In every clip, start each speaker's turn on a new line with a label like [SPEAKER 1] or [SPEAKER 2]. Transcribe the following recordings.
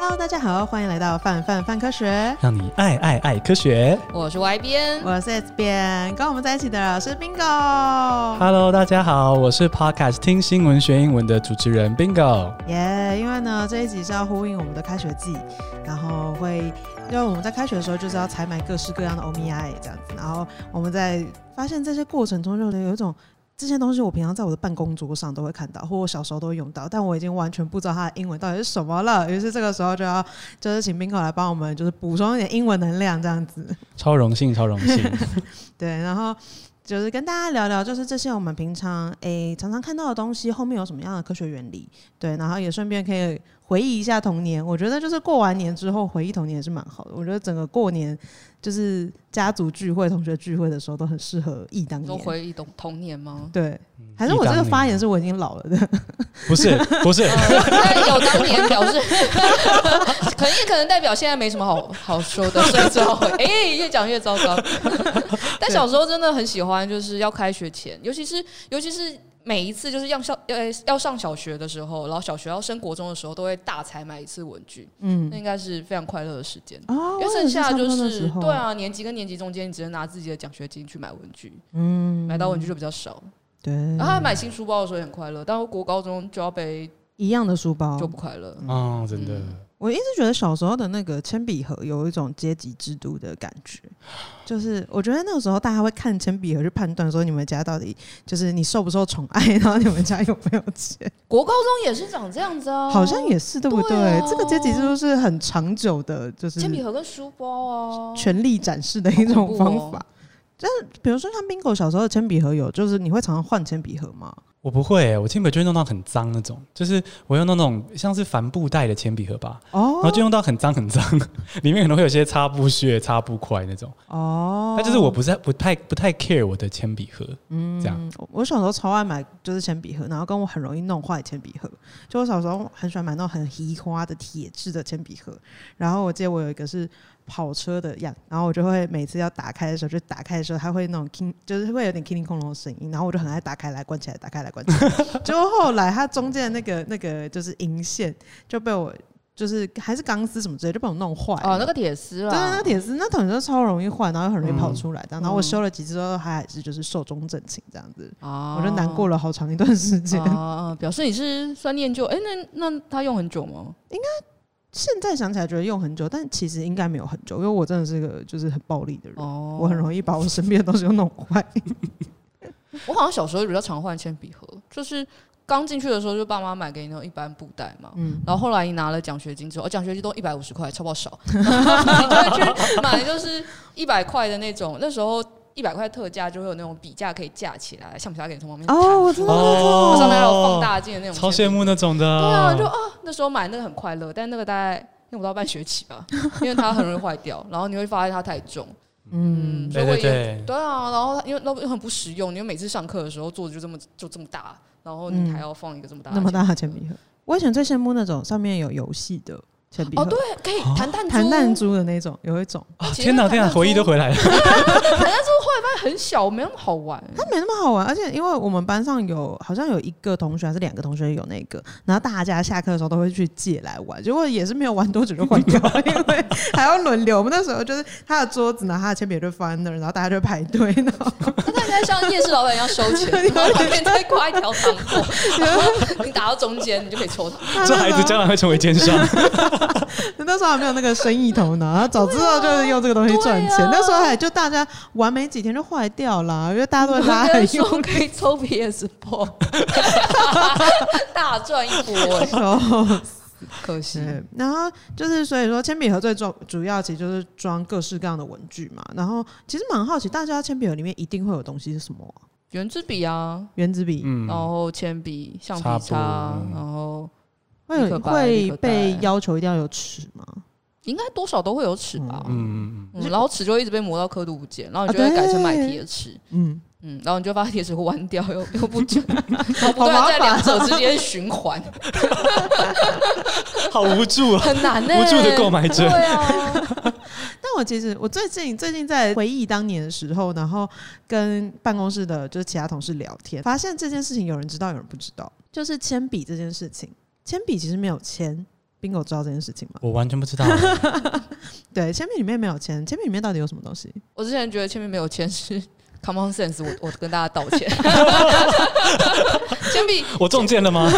[SPEAKER 1] Hello，大家好，欢迎来到范范范科学，
[SPEAKER 2] 让你爱爱爱科学。
[SPEAKER 3] 我是 Y 边，
[SPEAKER 1] 我是 S 边，跟我们在一起的老师 Bingo。
[SPEAKER 2] Hello，大家好，我是 Podcast 听新闻学英文的主持人 Bingo。
[SPEAKER 1] 耶因为呢这一集是要呼应我们的开学季，然后会因为我们在开学的时候就是要采买各式各样的欧米亚这样子，然后我们在发现这些过程中，就有一种这些东西我平常在我的办公桌上都会看到，或我小时候都会用到，但我已经完全不知道它的英文到底是什么了。于是这个时候就要就是请 Bingo 来帮我们就是补充一点英文能量这样子。
[SPEAKER 2] 超荣幸，超 荣幸。
[SPEAKER 1] 对，然后就是跟大家聊聊，就是这些我们平常诶、常常看到的东西后面有什么样的科学原理？对，然后也顺便可以回忆一下童年。我觉得就是过完年之后回忆童年也是蛮好的。我觉得整个过年就是家族聚会、同学聚会的时候都很适合忆当
[SPEAKER 3] 都
[SPEAKER 1] 年。
[SPEAKER 3] 回忆童童年吗？
[SPEAKER 1] 对，还是我这个发言是我已经老了的，
[SPEAKER 2] 不是，不是
[SPEAKER 3] 呃，那有当年表示， 可能也可能代表现在没什么好好说的，所以只好回。 哎、越讲越糟糕。但小时候真的很喜欢，就是要开学前，尤其是尤其是每一次就是要上呃要上小学的时候，然后小学要升国中的时候，都会大采买一次文具，
[SPEAKER 1] 嗯
[SPEAKER 3] 那，应该是非常快乐的时间。
[SPEAKER 1] 哦
[SPEAKER 3] 因为剩下就
[SPEAKER 1] 我也是差不多那时
[SPEAKER 3] 是
[SPEAKER 1] 候
[SPEAKER 3] 对，啊，年级跟年级中间，你只能拿自己的奖学金去买文具，
[SPEAKER 1] 嗯，
[SPEAKER 3] 买到文具就比较少。
[SPEAKER 1] 对，
[SPEAKER 3] 然后他买新书包的时候也很快乐，但是国高中就要背
[SPEAKER 1] 一样的书包
[SPEAKER 3] 就。不快乐。
[SPEAKER 1] 嗯
[SPEAKER 2] 哦，真的。
[SPEAKER 1] 我一直觉得小时候的那个铅笔盒有一种阶级制度的感觉，就是我觉得那个时候大家会看铅笔盒去判断说你们家到底就是你受不受宠爱， 然后你们家有没有钱，
[SPEAKER 3] 国高中也是长这样子啊，
[SPEAKER 1] 好像也是对不对？
[SPEAKER 3] 对啊
[SPEAKER 1] 这个阶级制度是很长久的，就是
[SPEAKER 3] 铅笔盒跟书包啊，
[SPEAKER 1] 权力展示的一种
[SPEAKER 3] 好恐
[SPEAKER 1] 方
[SPEAKER 3] 怖哦
[SPEAKER 1] 法。但是比如说像 Bingo 小时候的铅笔盒有，就是你会常常换铅笔盒吗？
[SPEAKER 2] 我不会、我铅笔就会弄到很脏那种，就是我用那种像是帆布袋的铅笔盒吧，然后
[SPEAKER 1] 哦
[SPEAKER 2] 就用到很脏很脏， 里面可能会有些擦布屑、擦布块那种。
[SPEAKER 1] 哦，
[SPEAKER 2] 但就是我不是不太不太 care 我的铅笔盒，这样
[SPEAKER 1] 嗯，我小时候超爱买就是铅笔盒，然后跟我很容易弄坏铅笔盒。就我小时候很喜欢买那种很奇花的铁质的铅笔盒，然后我记得我有一个是跑车的样，然后我就会每次要打开的时候，就打开的时候它会那种 king，就是会有点 king 空隆的声音，然后我就很爱打开来关起来，打开来 关起来。结果后来它中间的那个那个就是银线就被我就是还是钢丝什么之类就被我弄坏了。
[SPEAKER 3] 哦，那个铁丝
[SPEAKER 1] 对啊，那
[SPEAKER 3] 啦，
[SPEAKER 1] 铁丝那桶就超容易坏，然后又很容易跑出来这样。然后我
[SPEAKER 3] 嗯
[SPEAKER 1] 修了几次之后，它还是就是寿终正寝这样子，
[SPEAKER 3] 啊
[SPEAKER 1] 我就难过了好长一段时间。
[SPEAKER 3] 啊，表示你是算念旧，哎，那那他用很久吗？
[SPEAKER 1] 现在想起来觉得用很久，但其实应该没有很久，因为我真的是个就是很暴力的人，
[SPEAKER 3] 哦，
[SPEAKER 1] 我很容易把我身边的东西都弄坏。
[SPEAKER 3] 我好像小时候比较常换铅笔盒，就是刚进去的时候就爸妈买给你那种一般布袋嘛。
[SPEAKER 1] 嗯
[SPEAKER 3] 然后后来你拿了奖学金之后，哦奖学金都一百五十块，超 爆少，然后你就会去买就是一百块的那种，那时候一百块特价就会有那种笔架可以架起来，橡皮擦给你从旁边弹
[SPEAKER 1] 哦，我
[SPEAKER 3] 出
[SPEAKER 1] 知
[SPEAKER 3] 来，
[SPEAKER 1] 道，
[SPEAKER 2] 哦
[SPEAKER 1] 我知
[SPEAKER 3] 它上
[SPEAKER 1] 道
[SPEAKER 3] 面还有放大镜的那种，
[SPEAKER 2] 超羡。慕那种的。
[SPEAKER 3] 对啊，就啊那时候买那个很快乐，但那个大概用不到半学期吧，因为它很容易坏掉，然后你会发现它太重。
[SPEAKER 1] 嗯，
[SPEAKER 2] 对
[SPEAKER 3] 所以我
[SPEAKER 2] 对
[SPEAKER 3] 也
[SPEAKER 2] 对，
[SPEAKER 3] 对啊，然后因为那不很不实用，因为每次上课的时候桌子就这么就这么大，然后你
[SPEAKER 1] 嗯
[SPEAKER 3] 还要放一个这么大的
[SPEAKER 1] 那么大的铅
[SPEAKER 3] 铅
[SPEAKER 1] 笔盒，我以前最羡慕那种上面有游戏的铅笔
[SPEAKER 3] 哦，
[SPEAKER 1] 盒，
[SPEAKER 3] 对，可以弹弹珠，
[SPEAKER 1] 弹弹，珠的那种，有一种
[SPEAKER 2] 啊，
[SPEAKER 3] 其实
[SPEAKER 2] 天哪
[SPEAKER 3] 那
[SPEAKER 2] 天哪，
[SPEAKER 3] 弹珠
[SPEAKER 2] 回忆都回 来了。
[SPEAKER 3] 弹弹珠后来发现很小，没那么好 玩。
[SPEAKER 1] 它没那么好玩，而且因为我们班上有好像有一个同学还是两个同学有那个，然后大家下课的时候都会去借来玩，结果也是没有玩多久就坏掉， 因为还要轮流。我们那时候就是他的桌子，然后他的铅笔就放在那儿，然后大家就排队，然 后
[SPEAKER 3] 那它应该像夜市老板一样收 钱，然后旁边再挂一条糖果，然后你打到中间，你就可 以抽糖。
[SPEAKER 2] 这孩子将来会成为奸商。
[SPEAKER 1] 那时候还没有那个生意头脑，然后早知道
[SPEAKER 2] 啊
[SPEAKER 1] 就是用这个东西赚钱。
[SPEAKER 3] 对啊
[SPEAKER 1] 那时候还就大家玩没几天就坏掉了，因为大家都会拉
[SPEAKER 3] 我
[SPEAKER 1] 很
[SPEAKER 3] 跟你
[SPEAKER 1] 用
[SPEAKER 3] 说可以抽 PS Four，大赚一波哎，
[SPEAKER 1] 手。
[SPEAKER 3] 可惜。
[SPEAKER 1] 对，然后就是所以说铅笔盒最重主要其实就是装各式各样的文具嘛。然后其实蛮好奇，大家铅笔盒里面一定会有东西是什么啊、
[SPEAKER 3] 圆珠笔啊，
[SPEAKER 1] 原子笔、
[SPEAKER 2] 嗯
[SPEAKER 3] 然后铅笔、橡皮
[SPEAKER 2] 擦布
[SPEAKER 3] 擦，然后
[SPEAKER 1] 会
[SPEAKER 3] 立
[SPEAKER 1] 有
[SPEAKER 3] 可白立
[SPEAKER 1] 会
[SPEAKER 3] 可带
[SPEAKER 1] 被要求一定要有尺吗？
[SPEAKER 3] 应该多少都会有尺吧。
[SPEAKER 2] 嗯嗯嗯，
[SPEAKER 3] 嗯，然后尺就会一直被磨到刻度不见，然后你
[SPEAKER 1] 啊
[SPEAKER 3] 就会改成买铁尺，
[SPEAKER 1] 嗯，
[SPEAKER 3] 嗯，然后你就发现铁尺会弯掉又又不 准，然后不
[SPEAKER 1] 好麻烦啊
[SPEAKER 3] 断在两者之间 循环，
[SPEAKER 2] 好无助啊！
[SPEAKER 3] 很难呢、
[SPEAKER 2] 无助的购买者
[SPEAKER 3] 对啊，
[SPEAKER 1] 但我其实我最近最近在回忆当年的时候，然后跟办公室的就是其他同事聊天，发现这件事情有人知道，有人不知道，就是铅笔这件事情。铅笔其实没有铅， bingo 知道这件事情吗？
[SPEAKER 2] 我完全不知道。啊
[SPEAKER 1] 对，铅笔里面没有铅，铅笔里面到底有什么东 西？
[SPEAKER 3] 我之前觉得铅笔没有铅是 common sense，我我跟大家道 歉。铅笔
[SPEAKER 2] 我中箭了 吗？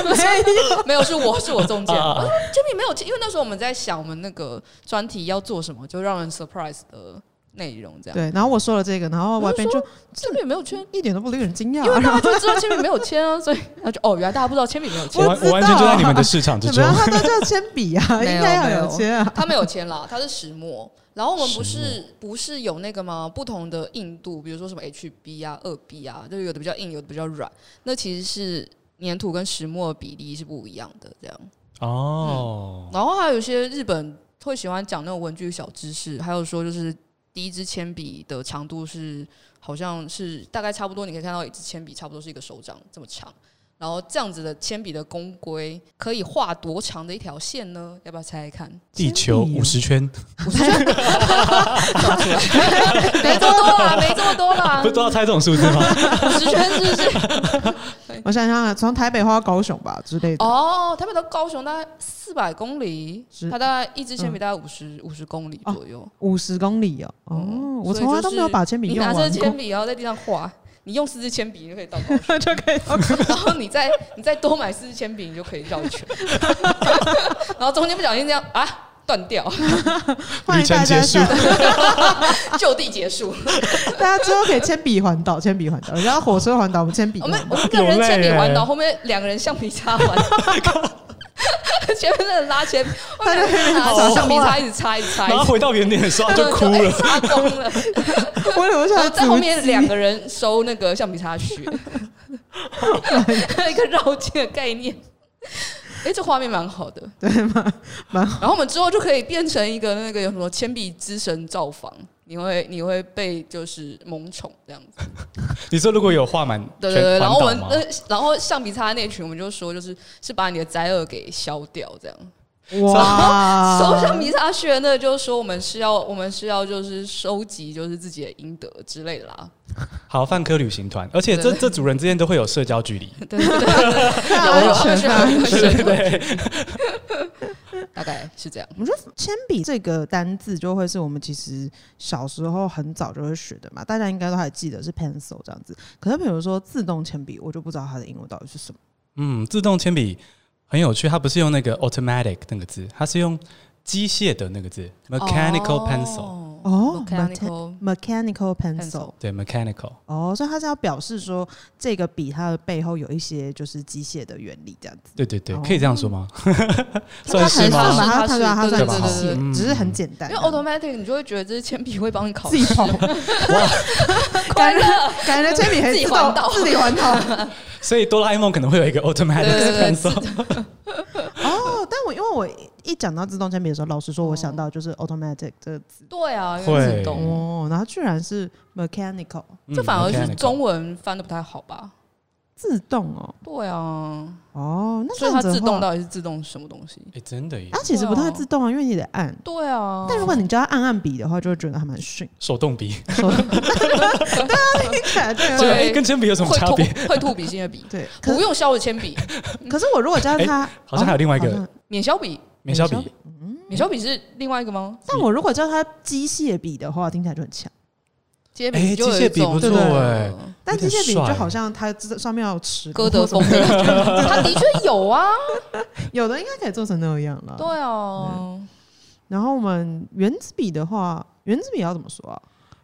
[SPEAKER 3] 没有，是我是我中间。
[SPEAKER 2] 啊
[SPEAKER 3] 我说铅笔没有，因为那时候我们在想我们那个专题要做什么，就让人 surprise 的内容这样。
[SPEAKER 1] 对，然后我说了这个，然后外边就
[SPEAKER 3] 铅笔没有圈，
[SPEAKER 1] 一点都不令人惊讶
[SPEAKER 3] 因为
[SPEAKER 1] 啊。
[SPEAKER 3] 大家就知道铅笔没有签啊，所以他就哦，原来大家不知道铅笔没有
[SPEAKER 2] 我
[SPEAKER 3] 签，
[SPEAKER 1] 我
[SPEAKER 2] 完
[SPEAKER 1] 知道
[SPEAKER 2] 我完全就在你们的市场之
[SPEAKER 1] 怎么
[SPEAKER 2] 中
[SPEAKER 1] 样？。它都叫铅笔啊，应
[SPEAKER 3] 没有
[SPEAKER 1] 该
[SPEAKER 3] 没
[SPEAKER 1] 要
[SPEAKER 3] 有
[SPEAKER 1] 有铅啊。
[SPEAKER 3] 他没有签啦，他是石墨。然后我们不是不是有那个吗？不同的硬度，比如说什么 HB 啊、二 B 啊，就是有的比较硬，有的比较软。那其实是粘土跟石墨的比例是不一样的，这样。
[SPEAKER 2] 哦，
[SPEAKER 3] 然后还有一些日本会喜欢讲那种文具小知识，还有说就是第一支铅笔的长度是好像是大概差不多，你可以看到一支铅笔差不多是一个手掌这么长。然后这样子的铅笔的公规可以画多长的一条线呢？要不要猜猜看？
[SPEAKER 2] 地球
[SPEAKER 1] 铅笔哦
[SPEAKER 2] 五十圈，
[SPEAKER 3] 没这么多啦，没这么多啦
[SPEAKER 2] 不，是都要猜这种数字吗？
[SPEAKER 3] 五十圈是不 是？
[SPEAKER 1] 我想想啊，从台北画到高雄吧之类的。
[SPEAKER 3] 哦，台北到高雄大概四百公里
[SPEAKER 1] 是，
[SPEAKER 3] 它大概一支铅笔大概五十五十公里左右。
[SPEAKER 1] 五十公里哦，哦，
[SPEAKER 3] 嗯
[SPEAKER 1] 我
[SPEAKER 3] 所以
[SPEAKER 1] 从来
[SPEAKER 3] 就
[SPEAKER 1] 都没有
[SPEAKER 3] 是
[SPEAKER 1] 把铅笔
[SPEAKER 3] 你
[SPEAKER 1] 用
[SPEAKER 3] 拿
[SPEAKER 1] 完
[SPEAKER 3] 着
[SPEAKER 1] 过，
[SPEAKER 3] 铅笔，然后在地上画，你用四支铅笔你就可以到高 雄
[SPEAKER 1] 就可以到 高
[SPEAKER 3] 然后你再你再多买四支铅笔，你就可以绕 一圈。然后中间不小心这样啊断掉，
[SPEAKER 1] 欢迎大家
[SPEAKER 2] 旅程结束
[SPEAKER 1] 下，
[SPEAKER 3] 就地结束。
[SPEAKER 1] 大家之后可以铅笔环岛，铅笔环岛，人家火车环岛，我们铅笔
[SPEAKER 3] 我
[SPEAKER 1] 环
[SPEAKER 3] 们
[SPEAKER 1] 岛
[SPEAKER 3] 我们一个人
[SPEAKER 2] 有
[SPEAKER 3] 铅笔
[SPEAKER 2] 累啊
[SPEAKER 3] 环
[SPEAKER 2] 耶
[SPEAKER 3] 岛，后面两个人橡皮擦环 岛。前面真的拉铅笔，后面
[SPEAKER 1] 好
[SPEAKER 3] 拿
[SPEAKER 1] 坏
[SPEAKER 3] 橡皮擦一直擦一直 擦，一
[SPEAKER 2] 然后
[SPEAKER 3] 直
[SPEAKER 2] 回到原点的时候
[SPEAKER 3] 擦，
[SPEAKER 2] 就哭
[SPEAKER 3] 哎
[SPEAKER 2] 了。
[SPEAKER 3] 擦光了。
[SPEAKER 1] 我留
[SPEAKER 3] 然
[SPEAKER 1] 下
[SPEAKER 3] 后
[SPEAKER 1] 来
[SPEAKER 3] 在后面两个人收那个橡皮擦屑， 一个绕境的概念。哎、这画面蛮好的，对蛮
[SPEAKER 1] 蛮
[SPEAKER 3] 好。然后我们之后就可以变成一个那个有什么铅笔之神造访，你会你会被就是萌宠这样子，
[SPEAKER 2] 你说如果有画满
[SPEAKER 3] 对对对。
[SPEAKER 2] 全环
[SPEAKER 3] 然后我
[SPEAKER 2] 岛
[SPEAKER 3] 们
[SPEAKER 2] 吗？
[SPEAKER 3] 呃，然后橡皮擦那群，我们就说就是是把你的灾厄给消掉这样。
[SPEAKER 1] 人哇，
[SPEAKER 3] 收橡皮擦屑那就是说我们是要我们是要就是收集就是自己的阴德之类的啦。
[SPEAKER 2] 好，范科旅行团，而且这
[SPEAKER 3] 对
[SPEAKER 2] 这组人之间都会有社交距离。
[SPEAKER 3] 对对对
[SPEAKER 1] 太
[SPEAKER 3] 有有
[SPEAKER 1] 安
[SPEAKER 3] 是
[SPEAKER 1] 全了。
[SPEAKER 3] 有是
[SPEAKER 2] 对对 对，
[SPEAKER 3] 大概是这样。
[SPEAKER 1] 我觉得铅笔这个单字就会是我们其实小时候很早就会学的嘛，大家应该都还记得是 pencil 这样子。可是比如说自动铅笔，我就不知道它的英文到底是什么。
[SPEAKER 2] 嗯，自动铅笔很有趣，它不是用那个 automatic 那个字，它是用机械的那个字 mechanical pencil。
[SPEAKER 1] 哦
[SPEAKER 3] mechanical
[SPEAKER 1] mechanical pencil
[SPEAKER 3] pencil。
[SPEAKER 2] 对，mechanical
[SPEAKER 1] 哦，所以它是要表示说这个笔它的背后有一些就是机械的原理这样子。
[SPEAKER 2] 对对对，
[SPEAKER 1] 哦
[SPEAKER 2] 可以这样说吗？
[SPEAKER 1] 它
[SPEAKER 2] 算
[SPEAKER 1] 很算
[SPEAKER 2] 是
[SPEAKER 1] 吧，
[SPEAKER 2] 吗？
[SPEAKER 1] 它
[SPEAKER 3] 它是
[SPEAKER 1] 算它
[SPEAKER 3] 对
[SPEAKER 1] 算
[SPEAKER 2] 对嗯
[SPEAKER 1] 机
[SPEAKER 2] 对对
[SPEAKER 1] 械，
[SPEAKER 2] 对
[SPEAKER 1] 只是很简单
[SPEAKER 3] 因
[SPEAKER 1] 这
[SPEAKER 3] 为
[SPEAKER 1] 样。
[SPEAKER 3] automatic 你就会觉得这是铅笔会帮你考
[SPEAKER 1] 自 己
[SPEAKER 3] 试，
[SPEAKER 1] 跑，
[SPEAKER 3] 快乐。
[SPEAKER 1] 感觉铅笔可以自
[SPEAKER 3] 自己环岛
[SPEAKER 1] 动自己环岛。
[SPEAKER 2] 所以哆啦 A 梦可能会有一个 automatic
[SPEAKER 3] 对对对
[SPEAKER 2] pencil。
[SPEAKER 1] 哦，但我因为我一讲到自动铅笔的时候，老实说，我想到就是 automatic 这个字。
[SPEAKER 3] 对啊，因为
[SPEAKER 2] 会
[SPEAKER 3] 自动，
[SPEAKER 1] 哦，然后居然是 mechanical
[SPEAKER 2] 嗯
[SPEAKER 3] 这反而是
[SPEAKER 2] mechanical
[SPEAKER 3] 中文翻的不太好吧？
[SPEAKER 1] 自动哦。
[SPEAKER 3] 对啊，
[SPEAKER 1] 哦，那这
[SPEAKER 3] 所以
[SPEAKER 1] 样
[SPEAKER 3] 它
[SPEAKER 1] 子的
[SPEAKER 3] 自动
[SPEAKER 1] 话，
[SPEAKER 3] 到底是自动什么东西？
[SPEAKER 2] 哎，真的耶
[SPEAKER 1] 它，其实不太自动啊，因为你得按。
[SPEAKER 3] 对啊，
[SPEAKER 1] 但如果你叫它按按笔的话，就会觉得还蛮逊。
[SPEAKER 2] 手动笔，
[SPEAKER 1] 听起来对
[SPEAKER 2] 这
[SPEAKER 1] 对
[SPEAKER 3] 对
[SPEAKER 2] 哎跟铅笔有什么
[SPEAKER 3] 会
[SPEAKER 2] 差
[SPEAKER 3] 吐
[SPEAKER 2] 别？
[SPEAKER 3] 会吐笔芯的笔，
[SPEAKER 1] 对。可
[SPEAKER 3] 不
[SPEAKER 1] 是
[SPEAKER 3] 用削的铅笔，
[SPEAKER 1] 可是我如果叫它，
[SPEAKER 2] 哎好像还有另外一个
[SPEAKER 1] 哦好像
[SPEAKER 3] 免啊嗯削笔，
[SPEAKER 2] 免削
[SPEAKER 1] 免削
[SPEAKER 2] 笔，
[SPEAKER 3] 免削笔是另外一个吗？
[SPEAKER 1] 但我如果叫它机械笔的话，听起来就很强。
[SPEAKER 3] 机械
[SPEAKER 2] 哎
[SPEAKER 3] 笔就有
[SPEAKER 2] 机
[SPEAKER 3] 一
[SPEAKER 2] 械笔
[SPEAKER 3] 种
[SPEAKER 2] 不
[SPEAKER 1] 错
[SPEAKER 2] 哎
[SPEAKER 1] 但机械笔
[SPEAKER 2] 有点帅
[SPEAKER 1] 就好像它这上面要有齿
[SPEAKER 3] 歌德
[SPEAKER 1] 或什么
[SPEAKER 3] 风 的，它的确有啊，
[SPEAKER 1] 有的应该可以做成那样了。
[SPEAKER 3] 对啊，
[SPEAKER 1] 然后我们原子笔的话，原子笔要怎么说啊？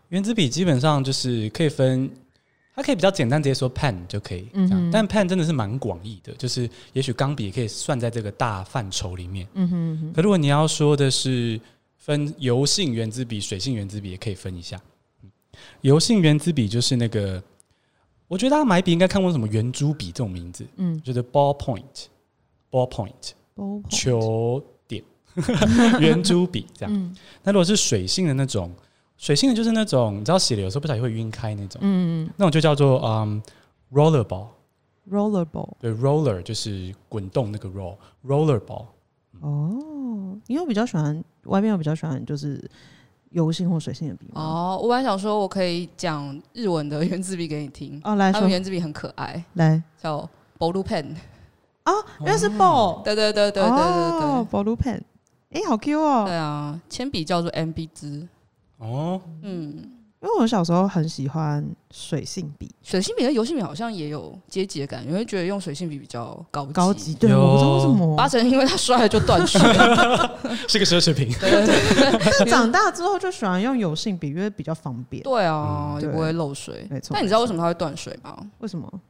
[SPEAKER 2] 原子笔基本上就是可以分，它可以比较简单，直接说 pen 就可以这
[SPEAKER 1] 嗯
[SPEAKER 2] 样。
[SPEAKER 1] 哼
[SPEAKER 2] 但 pen 真的是蛮广义的，就是也许钢笔也可以算在这个大范畴里面。
[SPEAKER 1] 嗯哼嗯
[SPEAKER 2] 可如果你要说的是分油性原子笔、水性原子笔，也可以分一下。油性原子笔就是那个，我觉得大家买笔应该看过什么圆珠笔这种名字，
[SPEAKER 1] 嗯
[SPEAKER 2] 就是 ballpoint、ballpoint
[SPEAKER 1] 哼，包
[SPEAKER 2] 球点圆珠笔这样。
[SPEAKER 1] 嗯
[SPEAKER 2] 那如果是水性的那种，水性的就是那种你知道写的有时候不小心会晕开那种，
[SPEAKER 1] 嗯
[SPEAKER 2] 那种就叫做嗯、roller ball，
[SPEAKER 1] ，rollerball
[SPEAKER 2] 对 roller 就是滚动那个 roll roller ball。
[SPEAKER 1] 哦，因为我比较喜欢外面，我比较喜欢就是油性或水性的笔嘛。
[SPEAKER 3] 哦，我本来想说我可以讲日文的原子笔给你听，
[SPEAKER 1] 哦，来
[SPEAKER 3] 他
[SPEAKER 1] 说
[SPEAKER 3] 们原子笔很可爱，
[SPEAKER 1] 来
[SPEAKER 3] 叫 blue pen，
[SPEAKER 1] 哦，原来是 ball，
[SPEAKER 3] 对对对对对对对
[SPEAKER 1] 哦。，ball pen，哎、好 Q
[SPEAKER 3] 对
[SPEAKER 1] 哦，
[SPEAKER 3] 啊，铅笔叫做 MB 支，
[SPEAKER 2] 哦，
[SPEAKER 3] 嗯，
[SPEAKER 1] 因为我小时候很喜欢水性笔，
[SPEAKER 3] 水性笔跟油性笔好像也有阶级的感觉，你会觉得用水性笔比较高级。
[SPEAKER 1] 高级，对，
[SPEAKER 2] 有
[SPEAKER 1] 我不知道为什
[SPEAKER 3] 八
[SPEAKER 1] 么。
[SPEAKER 3] 成因为它摔了就断 水。对
[SPEAKER 2] 是个奢侈品。
[SPEAKER 3] 对对
[SPEAKER 1] 但长大之后就喜欢用油性笔，因为比较方便。
[SPEAKER 3] 对啊，
[SPEAKER 1] 嗯
[SPEAKER 3] 也不会漏水。
[SPEAKER 1] 没错
[SPEAKER 3] 但你知道为什么它会断水吗？
[SPEAKER 1] 为什么？哦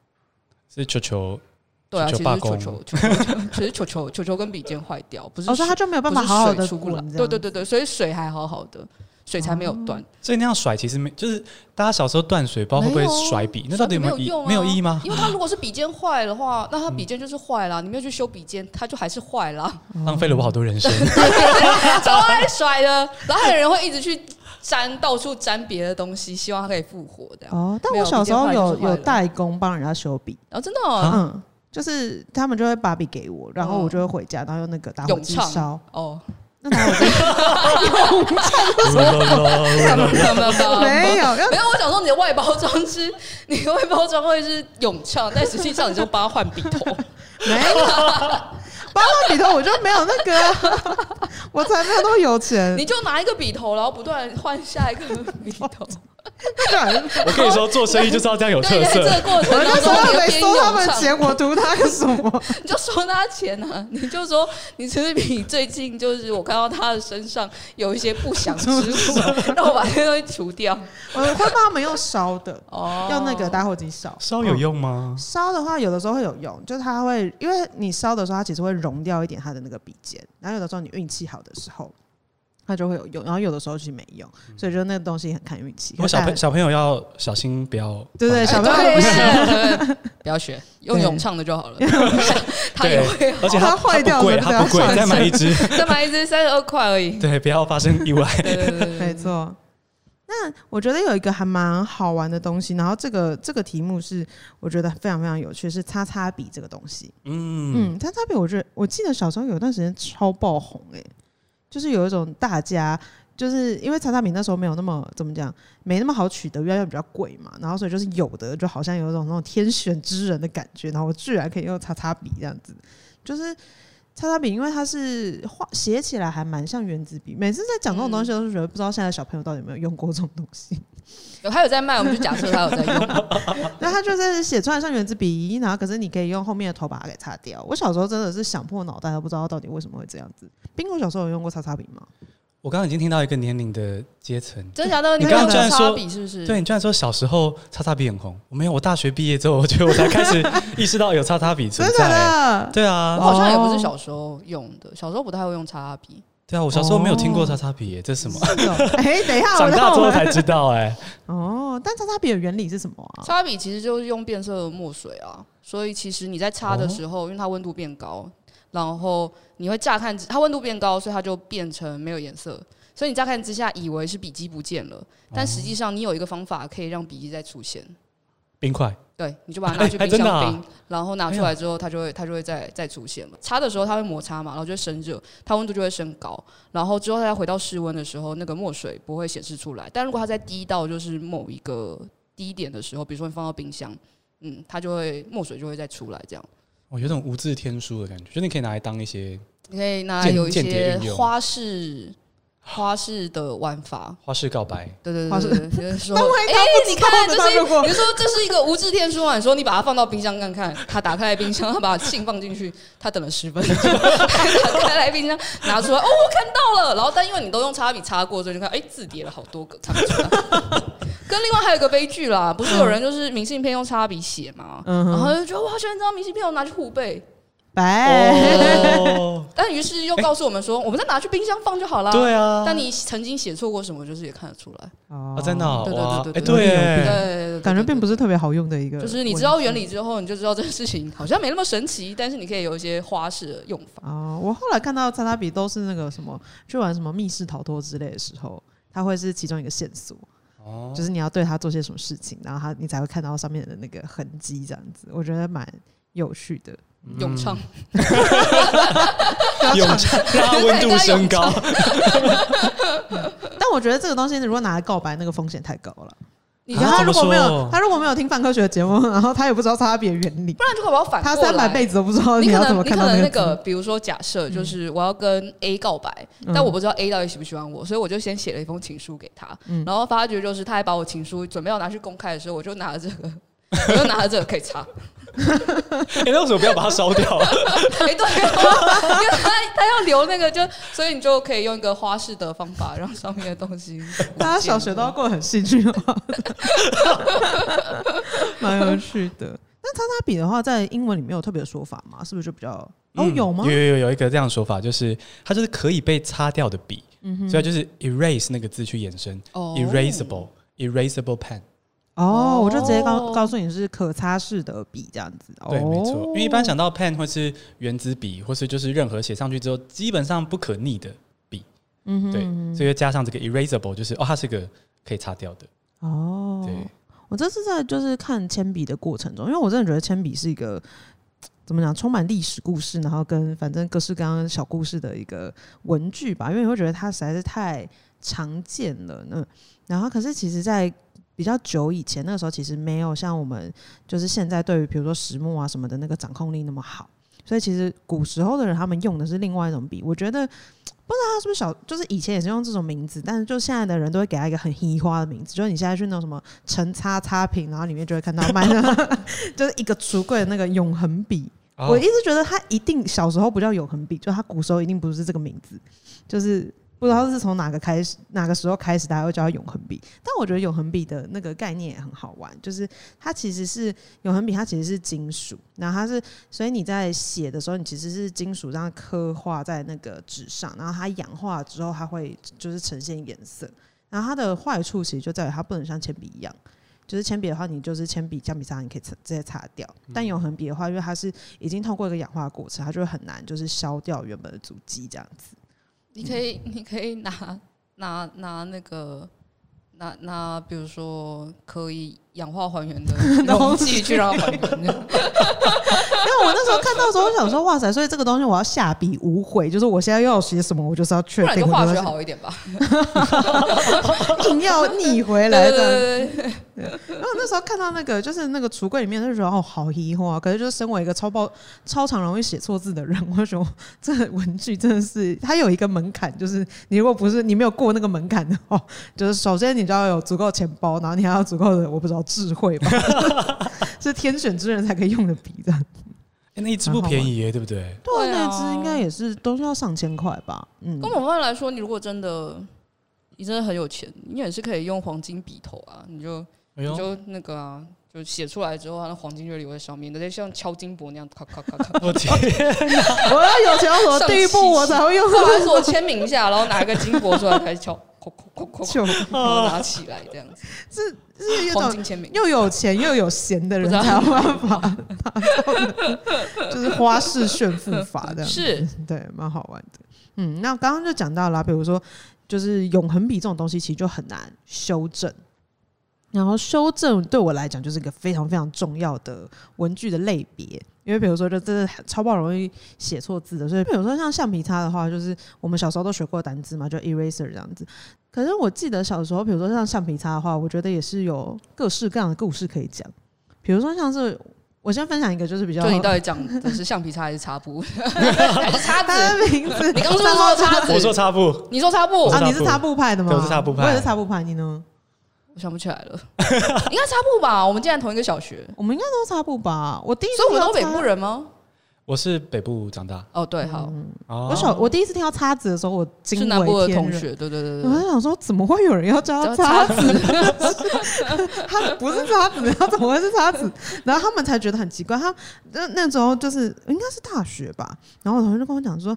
[SPEAKER 2] 是球球，
[SPEAKER 3] 对啊，
[SPEAKER 2] 球球
[SPEAKER 3] 其实
[SPEAKER 2] 罢
[SPEAKER 3] 是球
[SPEAKER 2] 工
[SPEAKER 3] 球，球球，其实球球，球球跟笔尖坏掉，不是
[SPEAKER 1] 哦，所以它
[SPEAKER 3] 水
[SPEAKER 1] 就没有
[SPEAKER 3] 不
[SPEAKER 1] 办
[SPEAKER 3] 是
[SPEAKER 1] 法好好
[SPEAKER 3] 水
[SPEAKER 1] 的
[SPEAKER 3] 出不来
[SPEAKER 1] 滚。这
[SPEAKER 3] 对
[SPEAKER 1] 样哦
[SPEAKER 3] 对对对，所以水还好好的，水才没有 断。
[SPEAKER 2] 所以那样甩其实没，就是大家小时候断水包会不会
[SPEAKER 3] 没有啊
[SPEAKER 2] 甩笔？那到底有没有
[SPEAKER 3] 没
[SPEAKER 2] 意
[SPEAKER 3] 有用啊
[SPEAKER 2] 没有意义吗？
[SPEAKER 3] 因为它如果是笔尖坏的话，那它
[SPEAKER 1] 嗯
[SPEAKER 3] 笔尖就是坏啦，你没有去修笔尖，它就还是坏啦。
[SPEAKER 2] 浪费了我好多人生。
[SPEAKER 3] 超爱甩的，然后还有人会一直去粘，到处粘别的东西，希望它可以复活这样。
[SPEAKER 1] 哦，但
[SPEAKER 3] 没有
[SPEAKER 1] 我小时候
[SPEAKER 3] 笔尖坏
[SPEAKER 1] 有
[SPEAKER 3] 就是坏
[SPEAKER 1] 有
[SPEAKER 3] 了
[SPEAKER 1] 代工帮人家修笔，
[SPEAKER 3] 然后真的哦
[SPEAKER 1] 嗯，就是他们就会把笔给我，然后我就会回家，然后用那个打火
[SPEAKER 3] 咏
[SPEAKER 1] 机
[SPEAKER 3] 唱
[SPEAKER 1] 烧。
[SPEAKER 3] 哦，
[SPEAKER 1] 那打火机
[SPEAKER 3] 没有没有没有没有
[SPEAKER 1] 没 有，要
[SPEAKER 3] 没有，我想说你的外包装是，你的外包装会是咏唱，但实际上你就帮他换笔头。
[SPEAKER 1] 没有，八万笔头我就没有那个啊、 我才没有那么有钱
[SPEAKER 3] 你。就拿一个笔头，然后不断换下一个笔 头。
[SPEAKER 2] 我跟你说，做生意就是要这样有
[SPEAKER 3] 对，
[SPEAKER 2] 特
[SPEAKER 3] 你在这
[SPEAKER 2] 色。
[SPEAKER 3] 个过程
[SPEAKER 1] 我那
[SPEAKER 3] 当
[SPEAKER 1] 时
[SPEAKER 3] 中，
[SPEAKER 1] 候
[SPEAKER 3] 你
[SPEAKER 1] 没
[SPEAKER 3] 边
[SPEAKER 1] 收他们
[SPEAKER 3] 咏唱，
[SPEAKER 1] 钱，我图他个什 么？
[SPEAKER 3] 你就收他钱啊！你就说你其实你最近就是我看到他的身上有一些不祥之物，让我把这些东西除 掉。
[SPEAKER 1] 我会帮他们用烧的，
[SPEAKER 3] 哦
[SPEAKER 1] 用那个打火机烧。
[SPEAKER 2] 烧有用吗？
[SPEAKER 1] 烧的话，有的时候会有用，就是它会，因为你烧的时候，它其实会融掉一点它的那个笔尖，然后有的时候你运气好的时候，它就会有用，然后有的时候其实没用，所以就那个东西很看运气。
[SPEAKER 2] 我小
[SPEAKER 1] 可
[SPEAKER 2] 朋
[SPEAKER 1] 是
[SPEAKER 2] 小朋友要小心，不要
[SPEAKER 1] 对对
[SPEAKER 3] 哎
[SPEAKER 1] 小朋友
[SPEAKER 3] 对
[SPEAKER 1] 不
[SPEAKER 3] 对对对不要学，用
[SPEAKER 1] 对
[SPEAKER 3] 咏唱的就好了。 他也
[SPEAKER 2] 对
[SPEAKER 3] 会，
[SPEAKER 2] 而且它
[SPEAKER 1] 它坏掉
[SPEAKER 2] 它不贵，
[SPEAKER 1] 了
[SPEAKER 2] 它不贵，
[SPEAKER 1] 对啊
[SPEAKER 2] 再买一只，
[SPEAKER 3] 再买一只三十二块而已。
[SPEAKER 2] 对，不要发生意外。
[SPEAKER 3] 对对对对
[SPEAKER 1] 没
[SPEAKER 3] 对，
[SPEAKER 1] 错。那我觉得有一个还蛮好玩的东西，然后这个这个题目是我觉得非常非常有趣，是擦擦笔这个东西。
[SPEAKER 2] 嗯，
[SPEAKER 1] 嗯，擦擦笔，我觉得我记得小时候有段时间超爆红哎、就是有一种大家就是因为擦擦笔那时候没有那么怎么讲，没那么好取得，因为比较贵嘛，然后所以就是有的就好像有一种那种天选之人的感觉，然后我居然可以用擦擦笔这样子，就是。擦擦笔，因为它是画写起来还蛮像原子笔。每次在讲这种东西，我都是觉得不知道现在小朋友到底有没有用过这种东西。
[SPEAKER 3] 有他有在卖，我们就假设他有在用。
[SPEAKER 1] 那它就是写出来像原子笔，然后可是你可以用后面的头把它给擦掉。我小时候真的是想破脑袋，都不知道到底为什么会这样子。冰果小时候有用过擦擦笔吗？
[SPEAKER 2] 我刚刚已经听到一个年龄的阶层，
[SPEAKER 3] 真假的？
[SPEAKER 1] 你
[SPEAKER 3] 没有
[SPEAKER 1] 刚刚居
[SPEAKER 2] 然
[SPEAKER 3] 擦
[SPEAKER 2] 说
[SPEAKER 3] 笔是不是？
[SPEAKER 2] 对，你居然说小时候擦擦笔很红，我没有，我大学毕业之后，我觉得我才开始意识到有擦擦笔
[SPEAKER 1] 真
[SPEAKER 2] 存
[SPEAKER 1] 的假
[SPEAKER 2] 在。
[SPEAKER 1] 的？
[SPEAKER 2] 对
[SPEAKER 3] 我
[SPEAKER 2] 啊，
[SPEAKER 3] 好像也不是小时候用的，小时候不太会用擦笔。
[SPEAKER 2] 对啊，我小时候没有听过擦擦笔耶，这是什么？
[SPEAKER 1] 哦是哦哎、等一下，我
[SPEAKER 2] 长大之后
[SPEAKER 1] 我
[SPEAKER 2] 才知道哎。
[SPEAKER 1] 哦。但擦擦笔的原理是什么啊？
[SPEAKER 3] 擦笔其实就是用变色的墨水啊，所以其实你在擦
[SPEAKER 1] 哦
[SPEAKER 3] 的时候，因为它温度变高，然后你会乍看之它温度变高，所以它就变成没有颜色。所以你乍看之下以为是笔记不见了，但实际上你有一个方法可以让笔记再出现。
[SPEAKER 2] 冰块
[SPEAKER 3] 对，你就把它拿去
[SPEAKER 2] 哎
[SPEAKER 3] 冰
[SPEAKER 2] 真的啊
[SPEAKER 3] 箱冰，然后拿出来之后，它就会它就会再再出现嘛。擦的时候它会摩擦嘛，然后就会生热，它温度就会升高。然后之后它回到室温的时候，那个墨水不会显示出来。但如果它再低到就是某一个低点的时候，比如说你放到冰箱，嗯，它就会墨水就会再出来。这样
[SPEAKER 2] 我有种无字天书的感觉，就你可以拿来当一些
[SPEAKER 3] 你可以拿来
[SPEAKER 2] 间
[SPEAKER 3] 有一
[SPEAKER 2] 间谍
[SPEAKER 3] 些
[SPEAKER 2] 运用
[SPEAKER 3] 花式花式的玩法，
[SPEAKER 2] 花式告白。
[SPEAKER 3] 对对
[SPEAKER 1] 花
[SPEAKER 3] 对
[SPEAKER 1] 式
[SPEAKER 3] 对对，就是说，
[SPEAKER 1] 哦但万一 他不
[SPEAKER 3] 你
[SPEAKER 1] 知道
[SPEAKER 3] 看，
[SPEAKER 1] 呢
[SPEAKER 3] 这
[SPEAKER 1] 他
[SPEAKER 3] 是
[SPEAKER 1] 如果
[SPEAKER 3] 你就说这是一个无字天书嘛？啊你说你把它放到冰箱看看，他打开来冰箱，他把信放进去，他等了十分钟， 他打开来冰箱拿出来，哦，我看到了。然后但因为你都用擦笔擦过，所以就看，哎，字叠了好多个，看不出来。跟另外还有一个悲剧啦，不是有人就是明信片用擦笔写嘛，
[SPEAKER 1] 嗯哼
[SPEAKER 3] 然后就觉得我好喜欢这张明信片，我拿去互背。
[SPEAKER 1] 白、
[SPEAKER 2] 哦，
[SPEAKER 3] 但于是又告诉我们说，我们再拿去冰箱放就好啦。
[SPEAKER 2] 对啊，
[SPEAKER 3] 但你曾经写错过什么，就是也看得出来。
[SPEAKER 1] 哦
[SPEAKER 2] 啊，真的哦
[SPEAKER 3] 对对
[SPEAKER 2] 哇，
[SPEAKER 3] 对
[SPEAKER 2] 哎，
[SPEAKER 3] 对对
[SPEAKER 2] 对
[SPEAKER 3] 对
[SPEAKER 2] 耶，
[SPEAKER 3] 对对，
[SPEAKER 1] 感觉并
[SPEAKER 3] 是。
[SPEAKER 1] 不是特别好用的一个文字，
[SPEAKER 3] 就是你知道原理之后，你就知道这个事情好像没那么神奇，但是你可以有一些花式的用法。
[SPEAKER 1] 哦，我后来看到擦擦笔都是那个什么去玩什么密室逃脱之类的时候，它会是其中一个线索。
[SPEAKER 2] 哦
[SPEAKER 1] 就是你要对它做些什么事情，然后它你才会看到上面的那个痕迹，这样子，我觉得蛮有趣的。
[SPEAKER 3] 咏唱，
[SPEAKER 2] 用让它温度升高，
[SPEAKER 1] 但我觉得这个东西如果拿来告白，那个风险太高了。你
[SPEAKER 2] 啊
[SPEAKER 1] 看他
[SPEAKER 2] 怎
[SPEAKER 1] 如
[SPEAKER 2] 么
[SPEAKER 1] 果没有
[SPEAKER 2] 说
[SPEAKER 1] 他如果没有听反科学的节目，然后他也不知道差别原理，
[SPEAKER 3] 不然就可能我要反过
[SPEAKER 1] 他
[SPEAKER 3] 来。
[SPEAKER 1] 三百辈子都不知道
[SPEAKER 3] 你可
[SPEAKER 1] 要怎么
[SPEAKER 3] 能你
[SPEAKER 1] 看
[SPEAKER 3] 可
[SPEAKER 1] 到
[SPEAKER 3] 能那
[SPEAKER 1] 个
[SPEAKER 3] 个，
[SPEAKER 1] 字。
[SPEAKER 3] 比如说假设就是我要跟 A 告白，
[SPEAKER 1] 嗯
[SPEAKER 3] 但我不知道 A 到底喜不喜欢我，所以我就先写了一封情书给他，
[SPEAKER 1] 嗯
[SPEAKER 3] 然后发觉就是他还把我情书准备要拿去公开的时候，我就拿了这个。 我就拿了这个可以 擦，
[SPEAKER 2] 哎、那为什么不要把它烧 掉？
[SPEAKER 3] 哎、对、哦，因为他他要留那个就，所以你就可以用一个花式的方法，让上面的东西。
[SPEAKER 1] 大家小学都要过得很戏剧化，蛮有趣的。那叉叉比的话，在英文里面有特别的说法吗？是不是就比较哦
[SPEAKER 2] 嗯
[SPEAKER 1] 有吗
[SPEAKER 2] 有？有有有一个这样的说法，就是它就是可以被擦掉的笔，
[SPEAKER 1] 嗯
[SPEAKER 2] 所以它就是 erase 那个字去衍生、
[SPEAKER 3] 哦
[SPEAKER 2] e r a s a b l e erasable pen。
[SPEAKER 1] 哦，我就直接告
[SPEAKER 3] 哦
[SPEAKER 1] 告诉你是可擦式的笔这样子。
[SPEAKER 2] 对，没错，
[SPEAKER 1] 哦
[SPEAKER 2] 因为一般想到 pen 或是原子笔，或是就是任何写上去之后基本上不可逆的笔，
[SPEAKER 1] 嗯哼
[SPEAKER 2] 对，所以又加上这个 erasable，就是哦，它是个可以擦掉的，
[SPEAKER 1] 哦，
[SPEAKER 2] 对，
[SPEAKER 1] 我这次在就是看铅笔的过程中，因为我真的觉得铅笔是一个怎么讲，充满历史故事，然后跟反正各式各样的小故事的一个文具吧，因为你会觉得它实在是太常见了呢。嗯然后可是其实，在比较久以前，那个时候其实没有像我们就是现在对于比如说石墨啊什么的那个掌控力那么好，所以其实古时候的人他们用的是另外一种笔，我觉得。不知道他是不是小，就是以前也是用这种名字，但是就现在的人都会给他一个很嘻花的名字，就是你现在去那种什么陈叉叉瓶，然后里面就会看到卖那个 就是一个橱柜的那个永恒笔。
[SPEAKER 2] 哦
[SPEAKER 1] 我一直觉得他一定小时候不叫永恒笔，就他古时候一定不是这个名字，就是不知道是从哪个开始，哪个时候开始大家会叫它永恒笔。但我觉得永恒笔的那个概念也很好玩，就是它其实是永恒笔，它其实是金属，然后它是，所以你在写的时候，你其实是金属这样刻画在那个纸上，然后它氧化之后，它会就是呈现颜色。然后它的坏处其实就在于它不能像铅笔一样。就是铅笔的话，你就是铅笔、橡皮擦，你可以擦直接擦掉。但永恒笔的话，因为它是已经通过一个氧化过程，它就会很难就是消掉原本的足迹这样子。
[SPEAKER 3] 你可以， 你可以拿拿拿那个拿拿，比如说可以氧化 还原的容器去让它还原。
[SPEAKER 1] 因为我那时候看到的时候，我想说哇塞，所以这个东西我要下笔无悔，就是我现在要写什么，我就是要
[SPEAKER 3] 不
[SPEAKER 1] 确
[SPEAKER 3] 然
[SPEAKER 1] 定，
[SPEAKER 3] 就
[SPEAKER 1] 我
[SPEAKER 3] 化
[SPEAKER 1] 就
[SPEAKER 3] 学
[SPEAKER 1] 要
[SPEAKER 3] 好一点吧。
[SPEAKER 1] 硬要逆回
[SPEAKER 3] 对
[SPEAKER 1] 来
[SPEAKER 3] 对
[SPEAKER 1] 的。
[SPEAKER 3] 对对对，
[SPEAKER 1] 然后那时候看到那个就是那个橱柜里面，就觉得哦好疑惑啊。可是就是身为一个超爆超常容易写错字的人，我就觉得这个文具真的是它有一个门槛，就是你如果不是你没有过那个门槛的话， 就是首先你就要有足够的钱包，然后你还要有足够的我不知道智慧吧， 是天选之人才可以用的笔的。
[SPEAKER 2] 哎那一支不便宜耶，对不对？
[SPEAKER 1] 对，
[SPEAKER 3] 对
[SPEAKER 1] 那
[SPEAKER 3] 啊
[SPEAKER 1] 支应该也是都是要上千块吧？嗯，
[SPEAKER 3] 跟我们来说，你如果真的你真的很有钱，你也是可以用黄金笔头啊，你就
[SPEAKER 2] 哎
[SPEAKER 3] 你
[SPEAKER 2] 呦，
[SPEAKER 3] 就那个啊，就写出来之后，它的黄金就留在上面，那就像敲金箔那样，咔咔咔咔。
[SPEAKER 2] 我 天，
[SPEAKER 1] 我要有钱到什 么地步 我才会用
[SPEAKER 3] 不好意思，我签名一下，然后拿一个金箔出来开始敲， 敲敲 敲敲，
[SPEAKER 1] 就
[SPEAKER 3] 然后拿起来这样子，
[SPEAKER 1] 是有
[SPEAKER 3] 黄
[SPEAKER 1] 种
[SPEAKER 3] 金签名。
[SPEAKER 1] 又有钱又有闲的人才有办法达到的，就是花式炫富法这样子，
[SPEAKER 3] 嗯是
[SPEAKER 1] 对，蛮好玩的。嗯，那刚刚就讲到啦，比如说就是永恒笔这种东西，其实就很难修正。然后修正对我来讲就是一个非常非常重要的文具的类别，因为比如说就真的超爆容易写错字的，所以比如说像橡皮擦的话，就是我们小时候都学过单字嘛，就 eraser 这样子。可是我记得小时候，比如说像橡皮擦的话，我觉得也是有各式各样的故事可以讲。比如说像是我先分享一个，就是比较
[SPEAKER 3] 就你到底讲的是橡皮擦还是擦布， 还是叉
[SPEAKER 1] 他
[SPEAKER 3] 子？
[SPEAKER 1] 的名字，
[SPEAKER 3] 你刚刚是不是说叉
[SPEAKER 2] 我说
[SPEAKER 3] 子？
[SPEAKER 2] 擦布，
[SPEAKER 3] 你说擦布
[SPEAKER 2] 我说
[SPEAKER 1] 啊，
[SPEAKER 2] 擦
[SPEAKER 1] 你是
[SPEAKER 2] 布
[SPEAKER 1] 擦布派的吗？
[SPEAKER 2] 对我是擦布派
[SPEAKER 1] 我也是擦布派，你呢？
[SPEAKER 3] 我想不起来了，应该擦布吧？我们竟然同一个小学，
[SPEAKER 1] 我们应该都是擦布吧？我第一次
[SPEAKER 3] 所以我
[SPEAKER 1] 听
[SPEAKER 3] 们
[SPEAKER 1] 到
[SPEAKER 3] 都北
[SPEAKER 1] 擦
[SPEAKER 3] 部。人吗？
[SPEAKER 2] 我是北部长大，
[SPEAKER 3] 哦，对，好，
[SPEAKER 2] 哦
[SPEAKER 1] 我小我第一次听到擦子的时候，我嗯惊
[SPEAKER 3] 是南部
[SPEAKER 1] 为
[SPEAKER 3] 的
[SPEAKER 1] 天
[SPEAKER 3] 同
[SPEAKER 1] 人。
[SPEAKER 3] 学，对对对
[SPEAKER 1] 我
[SPEAKER 3] 对
[SPEAKER 1] 在想说，怎么会有人要叫他
[SPEAKER 3] 对，
[SPEAKER 1] 擦
[SPEAKER 3] 叉
[SPEAKER 1] 子？
[SPEAKER 3] 子，
[SPEAKER 1] 他不是叉子，他怎么会是叉子？然后他们才觉得很奇怪。他那那时候就是应该是大学吧，然后我同学就跟我讲说。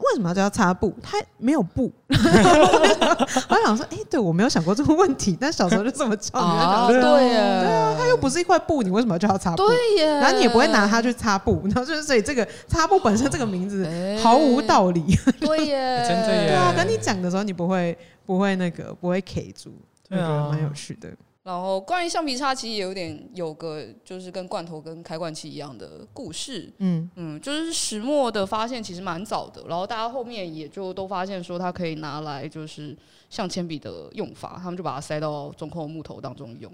[SPEAKER 1] 为什么要叫他擦布？他没有布， 我想说，哎、对我没有想过这个问题，但小时候就这么叫，你就想
[SPEAKER 3] 啊，
[SPEAKER 1] 说
[SPEAKER 3] 对耶，
[SPEAKER 1] 它又不是一块布，你为什么要叫它擦布？
[SPEAKER 3] 对耶，
[SPEAKER 1] 然后你也啊不会拿它去擦布，然后就是所以这个擦布本身这个名字
[SPEAKER 3] 哎
[SPEAKER 1] 毫无道理。
[SPEAKER 3] 对啊耶，
[SPEAKER 2] 哦真
[SPEAKER 1] 啊
[SPEAKER 2] 的耶
[SPEAKER 1] 对啊，跟你讲的时候你不会不会那个不会 K 住，
[SPEAKER 2] 对啊
[SPEAKER 1] 我觉得蛮有趣的。
[SPEAKER 3] 然后关于橡皮擦，其实也有点有个就是跟罐头跟开罐器一样的故事。
[SPEAKER 1] 嗯，
[SPEAKER 3] 嗯，就是石墨的发现其实蛮早的，然后大家后面也就都发现说它可以拿来就是像铅笔的用法，他们就把它塞到中空的木头当中用。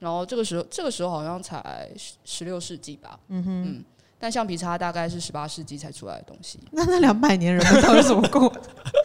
[SPEAKER 3] 然后这个时候，这个时候好像才十六世纪吧，嗯哼，但橡皮擦大概是十八世纪才出来的东西。
[SPEAKER 1] 那那两百年人们到底怎么过？